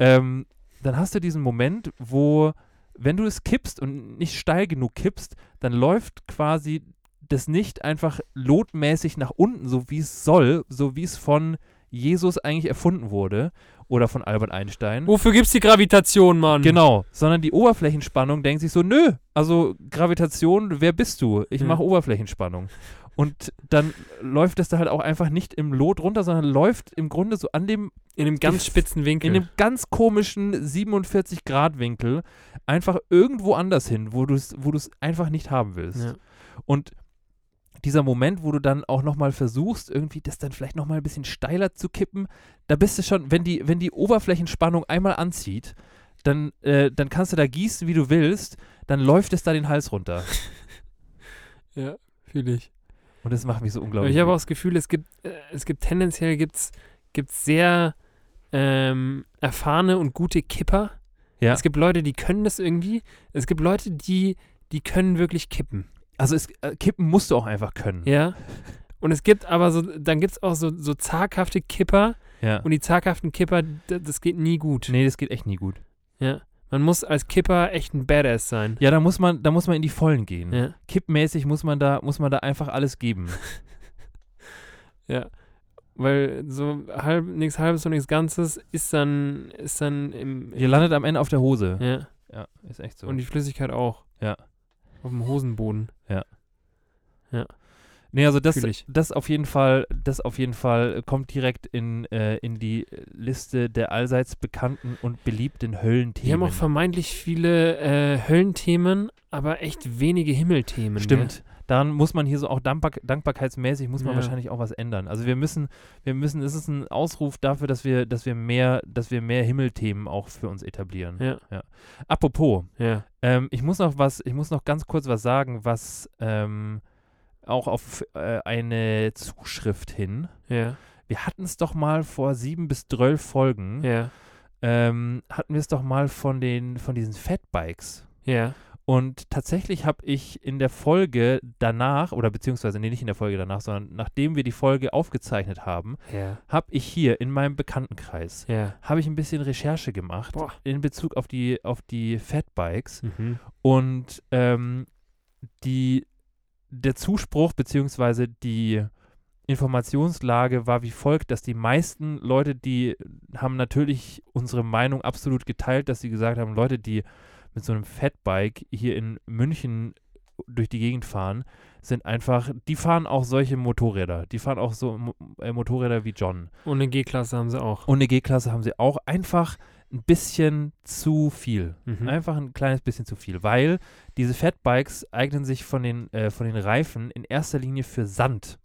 B: ähm, dann hast du diesen Moment, wo, wenn du es kippst und nicht steil genug kippst, dann läuft quasi das nicht einfach lotmäßig nach unten, so wie es soll, so wie es von Jesus eigentlich erfunden wurde oder von Albert Einstein.
C: Wofür gibt's die Gravitation, Mann?
B: Genau, sondern die Oberflächenspannung denkt sich so, nö, also Gravitation, wer bist du? Ich
C: Hm.
B: mache Oberflächenspannung. Und dann läuft das da halt auch einfach nicht im Lot runter, sondern läuft im Grunde so an dem
C: In einem ganz
B: Die-
C: spitzen Winkel.
B: in einem ganz komischen 47-Grad-Winkel einfach irgendwo anders hin, wo du es wo du's einfach nicht haben willst.
C: Ja.
B: Und dieser Moment, wo du dann auch nochmal versuchst, irgendwie das dann vielleicht nochmal ein bisschen steiler zu kippen, da bist du schon, wenn die, wenn die Oberflächenspannung einmal anzieht, dann, äh, dann kannst du da gießen, wie du willst, dann läuft es da den Hals runter.
C: ja, fühle ich.
B: Und das macht mich so
C: Aber
B: unglaublich.
C: ich habe auch das Gefühl, es gibt, äh, es gibt tendenziell gibt's, gibt's sehr ähm, erfahrene und gute Kipper.
B: Ja.
C: Es gibt Leute, die können das irgendwie. Es gibt Leute, die, die können wirklich kippen.
B: also es, äh, kippen musst du auch einfach können.
C: Ja. Und es gibt aber so, dann gibt's auch so, so zaghafte Kipper.
B: Ja.
C: Und die zaghaften Kipper, d- das geht nie gut.
B: nee, das geht echt nie gut.
C: Man muss als Kipper echt ein Badass sein.
B: Ja, da muss man, da muss man in die Vollen gehen.
C: Ja.
B: kippmäßig muss man da, muss man da einfach alles geben.
C: Weil so halb, nichts halbes und nichts Ganzes ist dann, ist dann im.
B: Ihr landet am Ende auf der Hose.
C: ja.
B: Ja, ist echt so.
C: Und die Flüssigkeit auch.
B: Ja.
C: Auf dem Hosenboden.
B: nee, also das,
C: fühl ich.
B: das auf jeden Fall, das auf jeden Fall kommt direkt in, äh, in die Liste der allseits bekannten und beliebten Höllenthemen.
C: Die haben auch vermeintlich viele äh, Höllenthemen, aber echt wenige Himmelthemen. ne?
B: Stimmt. Daran muss man hier so auch dankbar, dankbarkeitsmäßig muss man
C: Ja.
B: wahrscheinlich auch was ändern. Also wir müssen, wir müssen, es ist ein Ausruf dafür, dass wir, dass wir mehr, dass wir mehr Himmelthemen auch für uns etablieren.
C: Ja.
B: Apropos,
C: Gell?
B: Ähm, ich muss noch was, ich muss noch ganz kurz was sagen, was ähm, auch auf äh, eine Zuschrift hin.
C: Ja, ja,
B: Wir hatten es doch mal vor sieben bis zwölf Folgen,
C: ja,
B: ähm, hatten wir es doch mal von den, von diesen Fatbikes.
C: ja.
B: Und tatsächlich habe ich in der Folge danach, oder beziehungsweise, nee, nicht in der Folge danach, sondern nachdem wir die Folge aufgezeichnet haben,
C: Ja.
B: habe ich hier in meinem Bekanntenkreis,
C: Ja.
B: habe ich ein bisschen Recherche gemacht
C: Boah.
B: in Bezug auf die, auf die Fatbikes.
C: Mhm.
B: Und ähm, die, der Zuspruch beziehungsweise die Informationslage war wie folgt, dass die meisten Leute, die haben natürlich unsere Meinung absolut geteilt, dass sie gesagt haben, Leute, die mit so einem Fatbike hier in München durch die Gegend fahren, sind einfach, die fahren auch solche Motorräder. Die fahren auch so Mo äh, Motorräder wie John.
C: Und eine G-Klasse haben sie auch.
B: Und eine G-Klasse haben sie auch einfach ein bisschen zu viel.
C: Mhm.
B: Einfach ein kleines bisschen zu viel, weil diese Fatbikes eignen sich von den, äh, von den Reifen in erster Linie für Sand.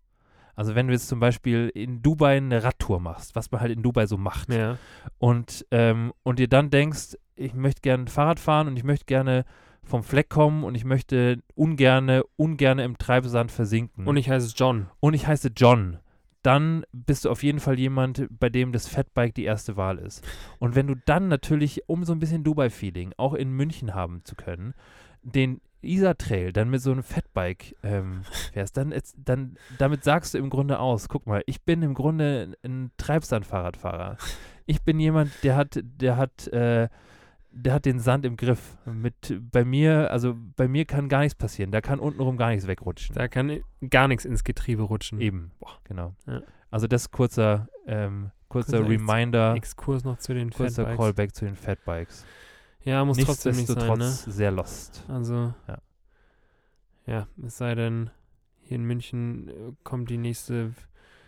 B: Also wenn du jetzt zum Beispiel in Dubai eine Radtour machst, was man halt in Dubai so macht,
C: Ja.
B: und, ähm, und dir dann denkst, ich möchte gerne Fahrrad fahren und ich möchte gerne vom Fleck kommen und ich möchte ungerne, ungerne im Treibsand versinken
C: Und ich heiße John.
B: und ich heiße John, dann bist du auf jeden Fall jemand, bei dem das Fatbike die erste Wahl ist. Und wenn du dann natürlich, um so ein bisschen Dubai-Feeling auch in München haben zu können, den Isar-Trail dann mit so einem Fatbike ähm, fährst, dann, jetzt- dann damit sagst du im Grunde aus, guck mal, ich bin im Grunde ein Treibsand-Fahrradfahrer. Ich bin jemand, der hat, der hat, äh, der hat den Sand im Griff. Mit, bei mir, also bei mir kann gar nichts passieren. Da kann untenrum gar nichts wegrutschen.
C: Da kann gar nichts ins Getriebe rutschen.
B: Eben, genau.
C: Ja.
B: Also das kurzer, ähm, kurzer,
C: Kurzer Ex-
B: Reminder,
C: Exkurs noch zu den
B: kurzer
C: Fatbikes.
B: Callback zu den Fatbikes.
C: Ja, muss trotzdem nicht sein, ne?
B: Nichtsdestotrotz sehr lost.
C: Also,
B: Ja.
C: ja, es sei denn, hier in München äh, kommt die nächste.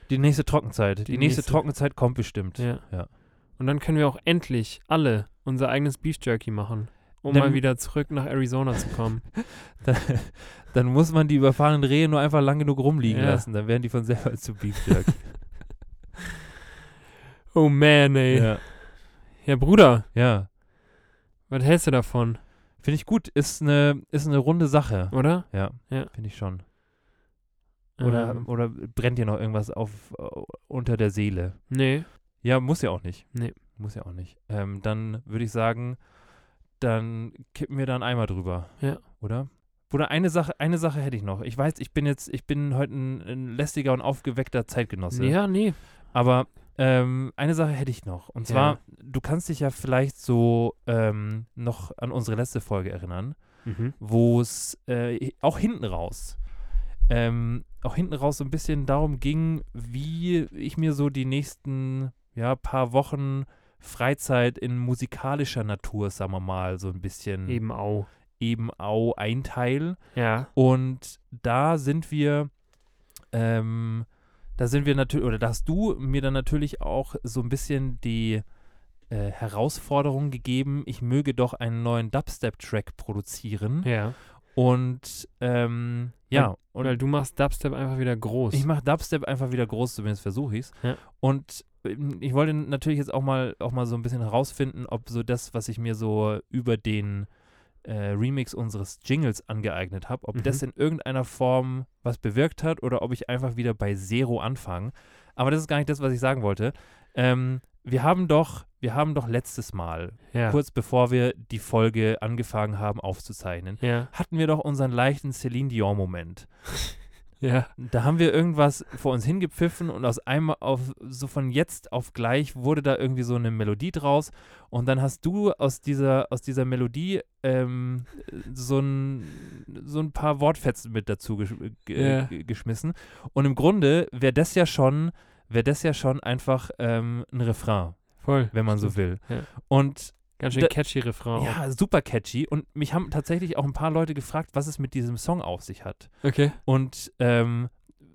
B: Die nächste Trockenzeit. Die, nächste,
C: nächste-
B: Trockenzeit kommt bestimmt.
C: Ja.
B: Ja.
C: Und dann können wir auch endlich alle unser eigenes Beef Jerky machen, um
B: Dann-
C: mal wieder zurück nach Arizona zu kommen.
B: Dann, dann muss man die überfahrenen Rehe nur einfach lang genug rumliegen
C: Ja.
B: lassen, dann werden die von selber zu Beef Jerky.
C: oh man, ey. Ja,
B: ja.
C: Bruder,
B: ja.
C: was hältst du davon,
B: Finde ich gut. Ist eine, ist eine runde Sache.
C: oder?
B: Ja.
C: Ja.
B: Finde ich schon. Oder,
C: Ähm,
B: oder brennt dir noch irgendwas auf äh, unter der Seele?
C: nee.
B: Ja, muss ja auch nicht.
C: Nee.
B: Muss ja auch nicht. Ähm, dann würde ich sagen, dann kippen wir da einen Eimer drüber.
C: Ja.
B: Oder? Oder eine Sache, eine Sache hätte ich noch. Ich weiß, ich bin jetzt, ich bin heute ein, ein lästiger und aufgeweckter Zeitgenosse.
C: Ja, nee.
B: Aber ähm, eine Sache hätte ich noch. Und
C: Ja.
B: zwar, du kannst dich ja vielleicht so ähm, noch an unsere letzte Folge erinnern wo es äh, auch hinten raus, ähm, auch hinten raus so ein bisschen darum ging, wie ich mir so die nächsten ja, paar Wochen Freizeit in musikalischer Natur, sagen wir mal, so ein bisschen
C: Eben auch.
B: eben auch einteil.
C: Ja.
B: Und da sind wir, ähm, da sind wir natürlich, oder da hast du mir dann natürlich auch so ein bisschen die äh, Herausforderung gegeben, ich möge doch einen neuen Dubstep-Track produzieren.
C: Ja.
B: Und ähm, ja, Hm? und
C: Oder du machst Dubstep einfach wieder groß.
B: ich mache Dubstep einfach wieder groß, zumindest versuche ich es.
C: Ja.
B: Und ähm, ich wollte natürlich jetzt auch mal, auch mal so ein bisschen herausfinden, ob so das, was ich mir so über den äh, Remix unseres Jingles angeeignet habe, ob
C: Mhm.
B: das in irgendeiner Form was bewirkt hat oder ob ich einfach wieder bei Zero anfange. Aber das ist gar nicht das, was ich sagen wollte. Ähm, wir haben doch, wir haben doch letztes Mal,
C: ja.
B: kurz bevor wir die Folge angefangen haben aufzuzeichnen,
C: ja.
B: hatten wir doch unseren leichten Celine Dion-Moment.
C: Ja.
B: Da haben wir irgendwas vor uns hingepfiffen und aus einem auf so von jetzt auf gleich wurde da irgendwie so eine Melodie draus und dann hast du aus dieser aus dieser Melodie ähm, so ein so ein paar Wortfetzen mit dazu gesch ge
C: Ja.
B: ge- geschmissen und im Grunde wäre das ja schon wäre das ja schon einfach ähm, ein Refrain,
C: Voll.
B: wenn man so will.
C: Ja.
B: Und
C: Ganz schön
B: Da-
C: catchy Refrain. auch.
B: ja, super catchy und mich haben tatsächlich auch ein paar Leute gefragt, was es mit diesem Song auf sich hat.
C: Okay.
B: Und ähm,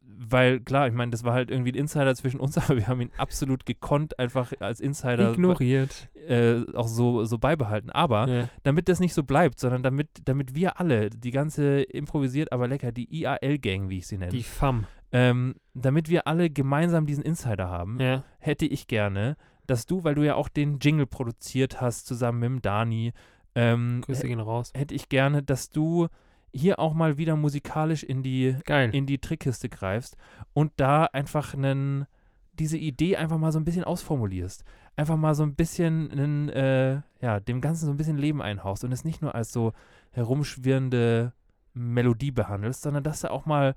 B: weil, klar, ich meine, das war halt irgendwie ein Insider zwischen uns, aber wir haben ihn absolut gekonnt, einfach als Insider
C: Ignoriert.
B: äh, auch so, so beibehalten. Aber
C: Ja.
B: damit das nicht so bleibt, sondern damit, damit wir alle, die ganze improvisiert, aber lecker, die IAL-Gang, wie ich sie nenne,
C: Die Fam.
B: ähm, damit wir alle gemeinsam diesen Insider haben,
C: Ja.
B: hätte ich gerne, dass du, weil du ja auch den Jingle produziert hast, zusammen mit dem Dani, ähm,
C: Grüße gehen raus.
B: hätte ich gerne, dass du hier auch mal wieder musikalisch in die
C: Geil.
B: in die Trickkiste greifst und da einfach einen, diese Idee einfach mal so ein bisschen ausformulierst. Einfach mal so ein bisschen einen, äh, ja, dem Ganzen so ein bisschen Leben einhaust und es nicht nur als so, herumschwirrende Melodie behandelst, sondern dass da auch mal,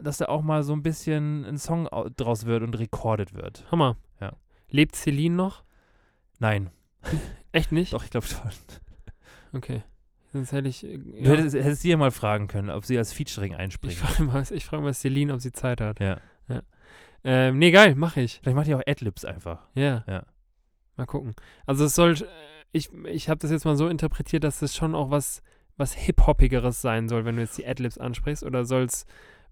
B: dass da auch mal so ein bisschen ein Song au- draus wird und recorded wird.
C: Hammer.
B: Ja.
C: Lebt Celine noch?
B: Nein,
C: Echt nicht?
B: doch, ich glaube schon.
C: Okay. Sonst hätte ich. äh,
B: Du
C: Ja,
B: hättest, hättest sie ja mal fragen können, ob sie als Featuring
C: ich
B: einspringt.
C: frage mal, ich frage mal Celine, ob sie Zeit hat.
B: Ja.
C: Ähm, nee, geil, mache ich.
B: Vielleicht macht ihr auch Adlibs einfach.
C: Ja.
B: Ja.
C: Mal gucken. Also es soll, ich, ich habe das jetzt mal so interpretiert, dass es schon auch was, was Hip-Hoppigeres sein soll, wenn du jetzt die Adlibs ansprichst, oder soll's,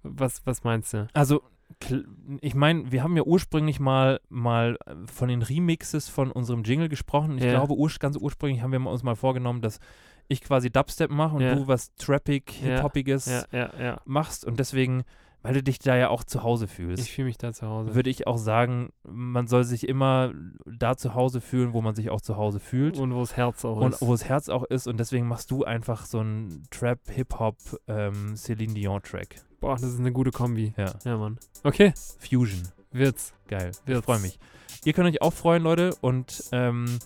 C: was, was meinst du?
B: Also, kl- ich meine, wir haben ja ursprünglich mal, mal äh, von den Remixes von unserem Jingle gesprochen. Ich
C: Ja.
B: glaube, urs ganz ursprünglich haben wir mal- uns mal vorgenommen, dass ich quasi Dubstep mache und
C: Ja.
B: du was Trappig,
C: Ja.
B: Hip-Hoppiges
C: Ja, ja, ja.
B: machst. Und deswegen, weil du dich da ja auch zu Hause fühlst,
C: Ich fühle mich da zu Hause.
B: würde ich auch sagen, man soll sich immer da zu Hause fühlen, wo man sich auch zu Hause fühlt.
C: Und wo das Herz auch
B: Und
C: ist.
B: wo das Herz auch ist, und deswegen machst du einfach so einen Trap, Hip-Hop, ähm, Celine Dion-Track.
C: Boah, das ist eine gute Kombi.
B: Ja.
C: Ja, Mann. Okay,
B: Fusion.
C: wird's.
B: Geil. Ich
C: Wird's.
B: freue mich. Ihr könnt euch auch freuen, Leute. Und ähm,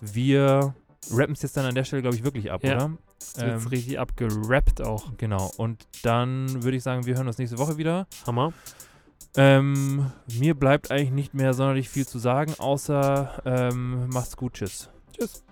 B: wir rappen es jetzt dann an der Stelle, glaube ich, wirklich ab,
C: Ja.
B: oder?
C: Das wird's
B: Ähm,
C: richtig abgerappt auch.
B: Genau. Und dann würde ich sagen, wir hören uns nächste Woche wieder.
C: Hammer.
B: Ähm, mir bleibt eigentlich nicht mehr sonderlich viel zu sagen, außer ähm, macht's gut, tschüss.
C: Tschüss.